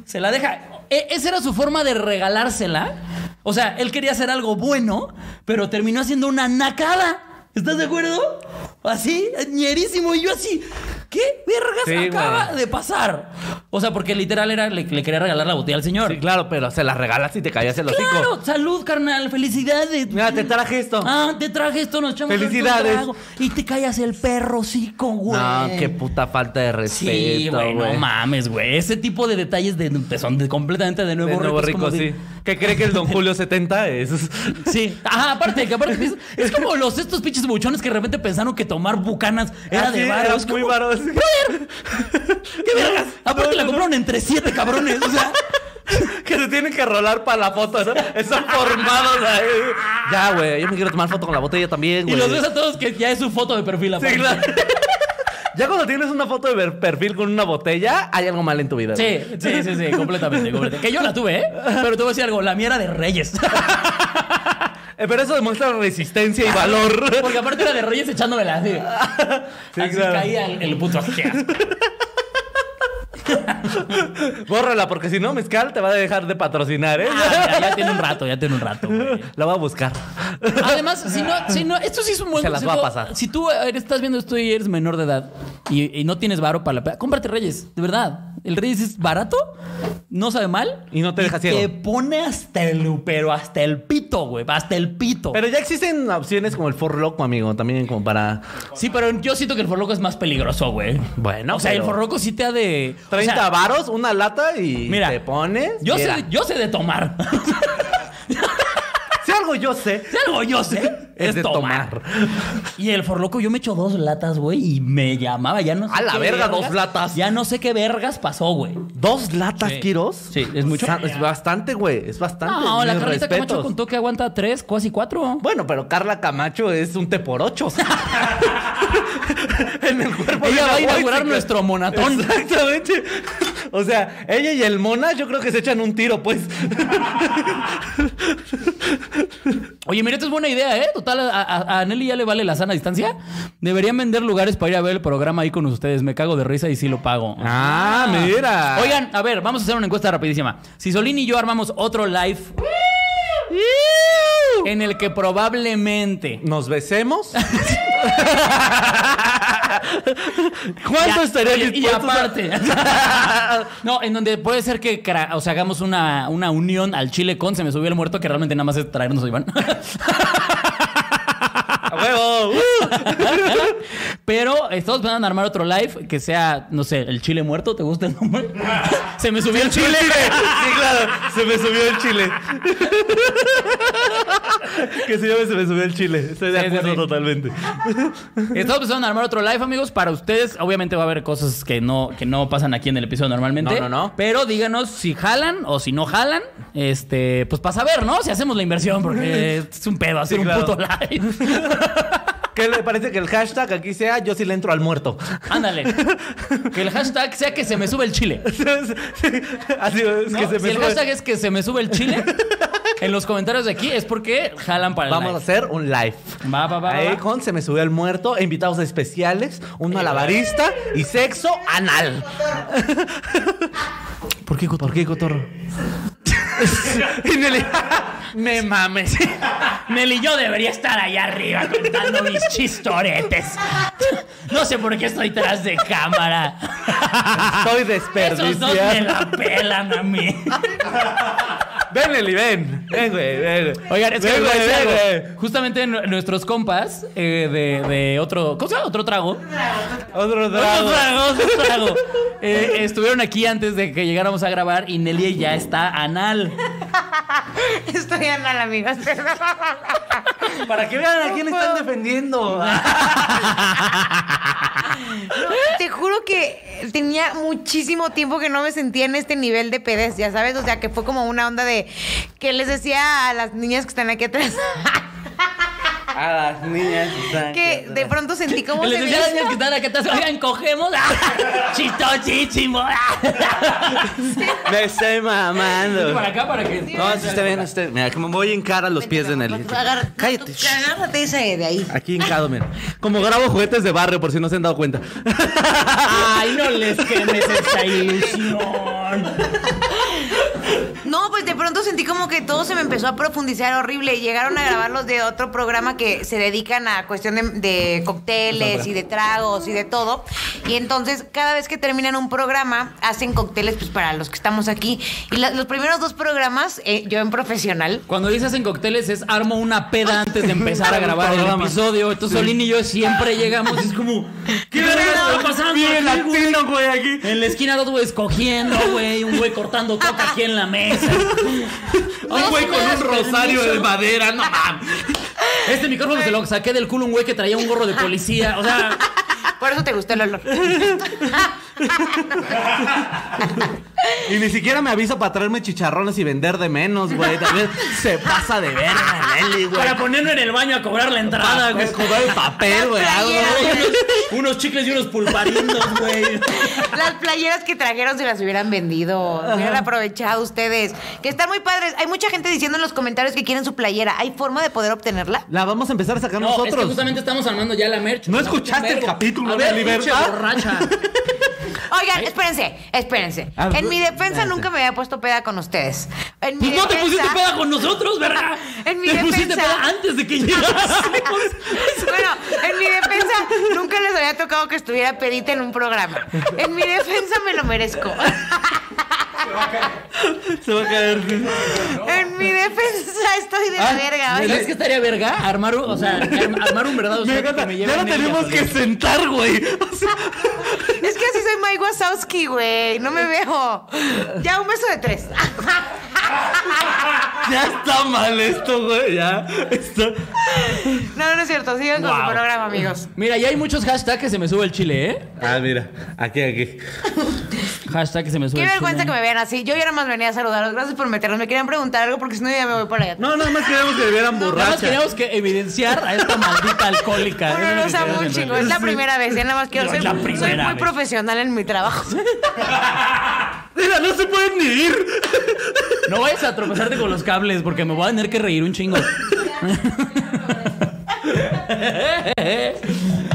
Se la deja. E- esa era su forma de regalársela. O sea, él quería hacer algo bueno, pero terminó haciendo una nacada. ¿Estás de acuerdo? Así, ñerísimo. Y yo así, ¿qué vergas Sí, güey. acaba de pasar? O sea, porque literal era, le, le quería regalar la botella al señor. Sí, claro, pero se la regalas y te callas el hocico. claro, salud, carnal, felicidades. Mira, te traje esto. Ah, te traje esto, nos echamos Felicidades. otro trago. Y te callas el perro, güey. no, qué puta falta de respeto, Sí, güey, no güey. mames, güey. Ese tipo de detalles de, de- son de- completamente de De nuevo, nuevo rico. rico, es como sí. de- ¿Qué cree que el Don Julio 70 es? Sí. Ajá, aparte, que aparte es, es como los estos pinches buchones que de repente pensaron que tomar bucanas era Ah, sí, de varo. era Es muy como, varo. ¿Qué vergas? Aparte No, la no, compraron entre siete cabrones, o sea. Que se tienen que rolar para la foto. ¿no? Están formados ahí. Ya, güey. Yo me quiero tomar foto con la botella también, Y güey. los ves a todos que ya es su foto de perfil. Sí, aparte. claro. Ya cuando tienes una foto de ver- perfil con una botella, hay algo mal en tu vida. Sí, güey. sí, sí, sí, completamente, completamente. Que yo la tuve, ¿eh? Pero te voy a decir algo, la mía era de Reyes. Eh, Pero eso demuestra resistencia y valor. Porque aparte era de Reyes echándomela así. Sí, así claro. caía el, el puto así. Bórrala, porque si no, Mezcal te va a dejar de patrocinar, ¿eh? Ah, ya, ya tiene un rato, ya tiene un rato, güey. La va a buscar. Además, si no, si no, esto sí es un buen Se las va a consejo. pasar. Si tú eh, estás viendo esto y eres menor de edad y, y no tienes varo para la peda, cómprate Reyes, de verdad. El Reyes es barato, no sabe mal. Y no te deja ciego. Te pone hasta el, pero hasta el pito, güey, hasta el pito. Pero ya existen opciones como el forloco, amigo, también como para... sí, pero yo siento que el forloco es más peligroso, güey. Bueno, o sea, pero- el forloco sí te ha de... o 30 sea, varos, una lata y Mira, te pones... yo mira. sé, yo sé de tomar. Si algo yo sé, Si algo yo sé es, es, de tomar. tomar. Y el forloco, yo me echo dos latas, güey, y me llamaba, ya no sé. A la qué verga, dos vergas- latas. Ya no sé qué vergas pasó, güey. ¿Dos latas, Sí. Kiros? Sí, es mucho. Sa- Es bastante, güey. Es bastante. No, la Mis Carlita Camacho respetos. contó que aguanta tres, casi cuatro. Bueno, pero Carla Camacho es un té por ocho. en el cuerpo de Ella la va a inaugurar Whitexica. nuestro monatón. Exactamente. O sea, ella y el mona yo creo que se echan un tiro, pues. Oye, mira, esto es buena idea, ¿eh? Total, a, a- a Nelly ya le vale la sana distancia. Deberían vender lugares para ir a ver el programa ahí con ustedes. Me cago de risa y sí lo pago. Ah, mira. Oigan, a ver, vamos a hacer una encuesta rapidísima. Si Solín y yo armamos otro live en el que probablemente ¿Nos besemos? ¿Cuánto Ya, estaría oye, Y dispuestos a- aparte. no, en donde puede ser que cra- o sea, hagamos una, una unión al Chile con Se me subió el muerto, que realmente nada más es traernos a Iván. ¡A huevo! ¡Uh! Pero eh, estamos pensando en armar otro live que sea, no sé, el Chile muerto, ¿te gusta el nombre? se me subió el Chile. Sí, claro. Se me subió el chile. que se llame Se me subió el chile. Estoy de Sí, sí, acuerdo sí. totalmente. Estamos pensando en armar otro live, amigos, para ustedes. Obviamente va a haber cosas que no, que no pasan aquí en el episodio normalmente. No, no, no. Pero díganos si jalan o si no jalan. Este, pues para saber, ¿no? Si hacemos la inversión, porque es un pedo hacer un Sí, claro. puto live. ¿Qué le parece que el hashtag aquí sea yo sí le entro al muerto? Ándale. Que el hashtag sea que se me sube el chile. Así es, ¿no? que se me si el sube. hashtag es que se me sube el chile, en los comentarios de aquí es porque jalan para el Vamos a live. hacer un live. Va, va, va, va, Ahí va. con Se Me Subió el Muerto, invitados especiales, un malabarista y sexo anal. ¿Por qué, cotorro? ¿Por qué, cotorro? Y Nelly, me mames. Nelly, yo debería estar allá arriba contando mis chistoretes. No sé por qué estoy tras de cámara. Estoy Esos dos me desperdiciando. la pelan a mí. Ven, Nelly, ven. Ven, güey, ven. Oigan, es que Ven, les voy a güey, decir ven, algo. güey. justamente nu- nuestros compas eh, de, de otro, ¿cómo se llama? Otro trago. Otro Otro dragón. trago, otro trago. Eh, estuvieron aquí antes de que llegáramos a grabar y Nelly ya está anal. Estoy anal, amigos. Para que vean a quién están defendiendo. Ah, Te juro que tenía muchísimo tiempo que no me sentía en este nivel de pedez, ya sabes. O sea, que fue como una onda de que les decía a las niñas que están aquí atrás A las niñas. que de pronto sentí como se Les me decía a las niñas que hizo- están acá atrás, oigan, cogemos. Ah, Chistosísimo. Ah. Me estoy mamando. Para acá, para que. No, si está bien, está bien. Mira, como voy a hincar a los pies de Nelly. Agarra- Cállate. tú Agárrate esa de ahí. Aquí hincado, mira. Como grabo juguetes de barrio, por si no se han dado cuenta. Ay, no les quemes esta ilusión. No, pues de pronto sentí como que todo se me empezó a profundizar horrible. Y Llegaron a grabarlos de otro programa que se dedican a cuestión de, de cócteles y de tragos y de todo. Y entonces, cada vez que terminan un programa, hacen cócteles pues, para los que estamos aquí. Y la- los primeros dos programas, eh, yo en profesional. Cuando dices en cócteles es armo una peda antes de empezar a grabar el Programa. episodio. Entonces Solín y yo siempre llegamos y es como, ¿qué verga está pasando? Bien aquí, güey? latino, güey, aquí. En la esquina dos güeyes cogiendo, güey, un güey cortando coca aquí en la mesa. Un güey si me con das un rosario permiso. de madera, no mames. Este micrófono se lo saqué del culo un güey que traía un gorro de policía. O sea, Por eso te gustó el olor. Y ni siquiera me avisa para traerme chicharrones y vender de menos, güey. También se pasa de verga, Nelly, güey. para ponerlo en el baño a cobrar la entrada, güey. Es jugar el papel, güey. algo, güey. Unos, unos chicles y unos pulparindos, güey. Las playeras que trajeron se las hubieran vendido. Hubieran aprovechado ustedes. Que están muy padres. Hay mucha gente diciendo en los comentarios que quieren su playera. ¿Hay forma de poder obtenerla? La vamos a empezar a sacar No, es que nosotros. justamente estamos armando ya la merch. ¿No Es escuchaste un el verbo. capítulo A de ver, pinche Libertad? borracha. Oigan, espérense, espérense. Ah, En mi defensa espérate. nunca me había puesto peda con ustedes. En mi Pues no te defensa- pusiste peda con nosotros, ¿verdad? En mi te pusiste defensa- peda antes de que llegáramos. Bueno, en mi defensa nunca les había tocado que estuviera pedita en un programa. En mi defensa me lo merezco. Se va a caer. En mi defensa estoy de la Ah, de verga. oigan. ¿Sabes qué estaría verga? Armar un, o sea, arm- armar un verdadero Me set encanta. que me lleve Ya lo media tenemos solita. que sentar, güey. O sea, Es que así soy Mike Wazowski, güey. No me veo. Ya, un beso de tres. ya está mal esto, güey. Ya. Está- No, no es cierto. Sigan con su programa, amigos. Mira, ya hay muchos hashtags que se me sube el chile, ¿eh? Ah, mira. Aquí, aquí. Hashtag que se me sube Qué el vergüenza que chile. me vean así. Yo ya nada más venía a saludarlos. Gracias por meterlos. Me querían preguntar algo porque si no ya me voy para allá. No, nada más queremos que vieran Nada más borracha. queríamos que evidenciar a esta maldita alcohólica. ¿eh? No, no, no, Eso es lo que está queríamos muy entender. chingo. Es la Sí. primera vez. Ya nada más quiero No, ser. es la soy primera muy vez. profesional en mi trabajo. Mira, no se pueden ni ir. No vayas a tropezarte con los cables porque me voy a tener que reír un chingo.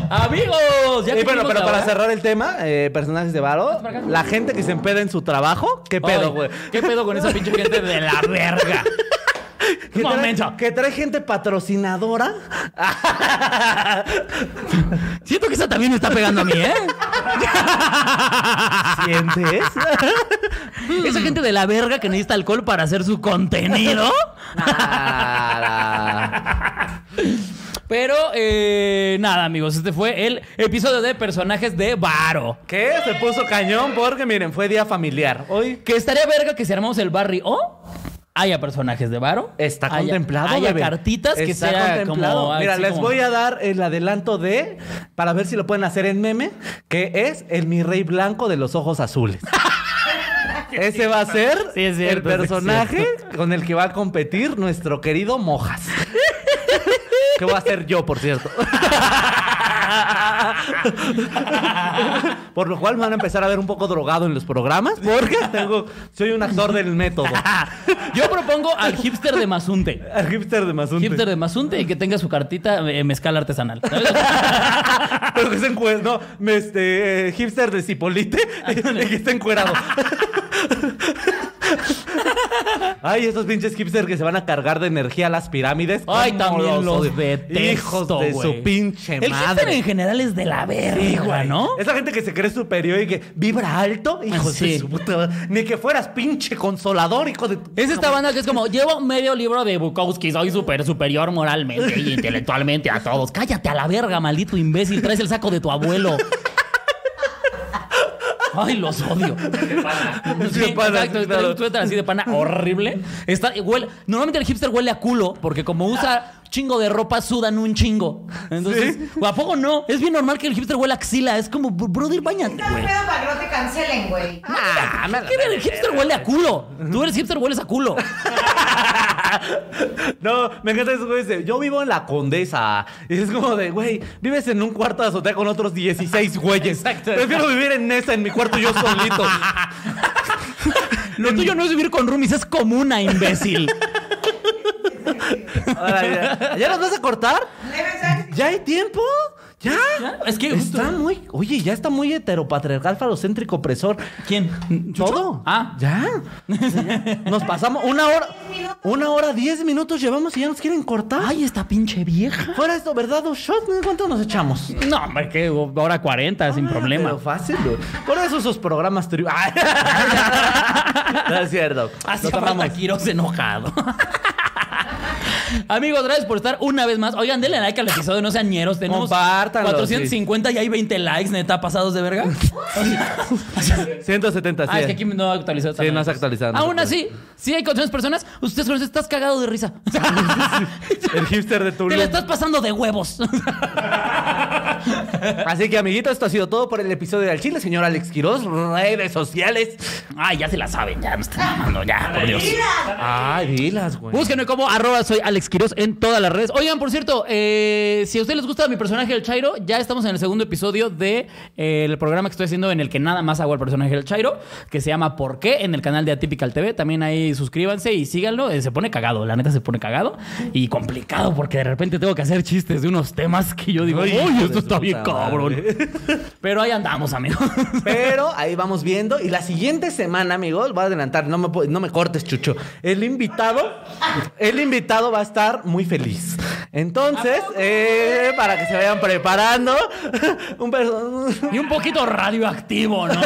Amigos, ya Y bueno, cumplimos pero la para hora. cerrar el tema, eh, personajes de varo, la gente que se empeda en su trabajo, ¿qué pedo, Ay, güey? ¿Qué pedo con esa pinche gente de la verga? Que trae- momento. Que trae gente patrocinadora. Siento que esa también me está pegando a mí, ¿eh? ¿Sientes? Esa gente de la verga que necesita alcohol para hacer su contenido. Ah, Pero, eh, nada, amigos, este fue el episodio de personajes de Varo. ¿Qué? Se puso cañón porque, miren, fue día familiar. Hoy Que estaría verga que si armamos el barrio O haya personajes de varo. está haya- contemplado, Haya bebé. cartitas que Está sea contemplado. como. Mira, así les como- voy a dar el adelanto de, para ver si lo pueden hacer en meme, que es el mi rey blanco de los ojos azules. Ese va a ser Sí, es cierto, sí, el es personaje con el que va a competir nuestro querido Mojas. que voy a ser yo, por cierto. Por lo cual me van a empezar a ver un poco drogado en los programas porque tengo, soy un actor del método. Yo propongo al hipster de Mazunte. El hipster de Mazunte. Hipster de Mazunte y que tenga su cartita eh, mezcal artesanal. ¿sabes? Pero que se encuer... No, me- este, eh, hipster de Cipolite Ah, y que está encuerado. Ay, estos pinches hipsters que se van a cargar de energía a las pirámides. Ay, ¿Cómo también los, odio? detesto, Hijos de güey. su pinche El hipster madre. en general es de la verga, güey. ¿no? Esa gente que se cree superior y que vibra alto, hijo Sí. de su puta. Ni que fueras pinche consolador, hijo de. Es esta banda que es como, llevo medio libro de Bukowski, soy súper superior moralmente y intelectualmente a todos. Cállate a la verga, maldito imbécil, traes el saco de tu abuelo. Ay, los odio. Sí, De pana, exacto, sí, claro. tú entras así de pana horrible. Está, huele- normalmente el hipster huele a culo, porque como usa chingo de ropa, sudan un chingo. Entonces, ¿a poco no? Es bien normal que el hipster huele a axila. Es como, brother, bañate, Está güey. pedo para que no te cancelen, güey. Ah, me la- ¿Qué bien, el hipster huele a culo? Tú eres hipster, hueles a culo. No, me encanta eso, güey. dice, Yo vivo en la condesa. Y es como de, güey, vives en un cuarto de azotea con otros 16 güeyes. Exacto. Prefiero vivir en esa, en mi cuarto yo solito. Lo tuyo no es vivir con roomies, es comuna, imbécil. Ahora, ¿ya, ¿ya las vas a cortar? Debe ser. ¿Ya hay tiempo? ¿Ya? Ya, ¿eh? es que justo- Está muy. Oye, ya está muy heteropatriarcal, falocéntrico, opresor. ¿Quién? ¿Chucho? ¿Todo? Ah. ¿Ya? O sea, ya. Nos pasamos una hora. minutos. Una hora, diez minutos llevamos y ya nos quieren cortar. Ay, esta pinche vieja. Fuera esto, ¿verdad? Dos shots. ¿Cuánto nos echamos? No, hombre, que hora 40, sin Ah, problema. Pero fácil, güey. Por eso esos programas tri... Ay. no es cierto. Así Lo hablamos tomamos. Kiros enojado. Amigos, gracias por estar una vez más. Oigan, denle like al episodio, no sean ñeros. Tenemos Compártanlo, 450 y hay 20 likes, neta, pasados de verga. 170, sí. Ah, es que aquí no ha actualizado. Sí, no has actualizado, no has Aún así, sí hay 400 personas. Ustedes con eso estás cagado de risa. El hipster de Te Tulum. la estás pasando de huevos. Así que, amiguitos, esto ha sido todo por el episodio de Al Chile. Señor Alex Quiroz, redes sociales. Ay, ya se la saben, ya nos están mamando, ya, por Dios. Ay, dilas, güey. Búsquenme como arroba soy Alex Quiroz en todas las redes. Oigan, por cierto, eh, si a ustedes les gusta mi personaje el Chairo, ya estamos en el segundo episodio de, eh, el programa que estoy haciendo en el que nada más hago el personaje el Chairo, que se llama ¿Por qué? en el canal de Atypical TV. También ahí suscríbanse y síganlo. Eh, se pone cagado, la neta se pone cagado y complicado porque de repente tengo que hacer chistes de unos temas que yo digo, Ay, uy, hijo de esto su está bien puta cabrón. madre. Pero ahí andamos, amigos. Pero ahí vamos viendo. Y la siguiente semana, amigos, voy a adelantar. No me, pu- no me cortes, Chucho. El invitado, el invitado va a estar muy feliz. Entonces, eh, para que se vayan preparando, un perso- Y un poquito radioactivo, ¿no?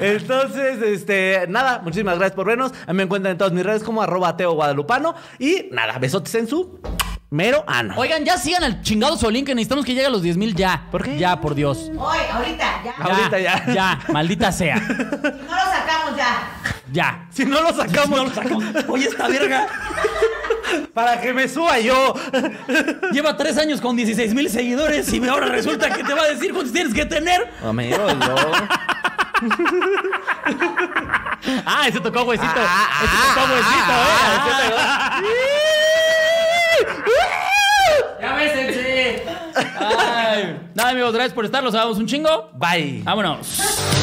Entonces, este, nada, muchísimas gracias por vernos. A mí me encuentran en todas mis redes como arroba Teo Guadalupano. Y nada, besotes en su mero ano. Oigan, ya sigan al chingado Solín que necesitamos que llegue a los 10 mil ya. ¿Por qué? Ya, por Dios. Hoy, ahorita, ya. Ya, Ahorita ya. Ya, maldita sea. Si no lo sacamos ya. Ya. Si no lo sacamos, Oye, esta verga para que me suba yo. lleva tres años con 16 mil seguidores y ahora resulta que te va a decir cuántos tienes que tener. Amigo, yo. Ah, ese tocó huesito. Ah, ah, ese tocó ah, huesito, ah, eh. ah, Ya bésense. Ay. Nada, amigos, gracias por estar. Los amamos un chingo. Bye. Vámonos.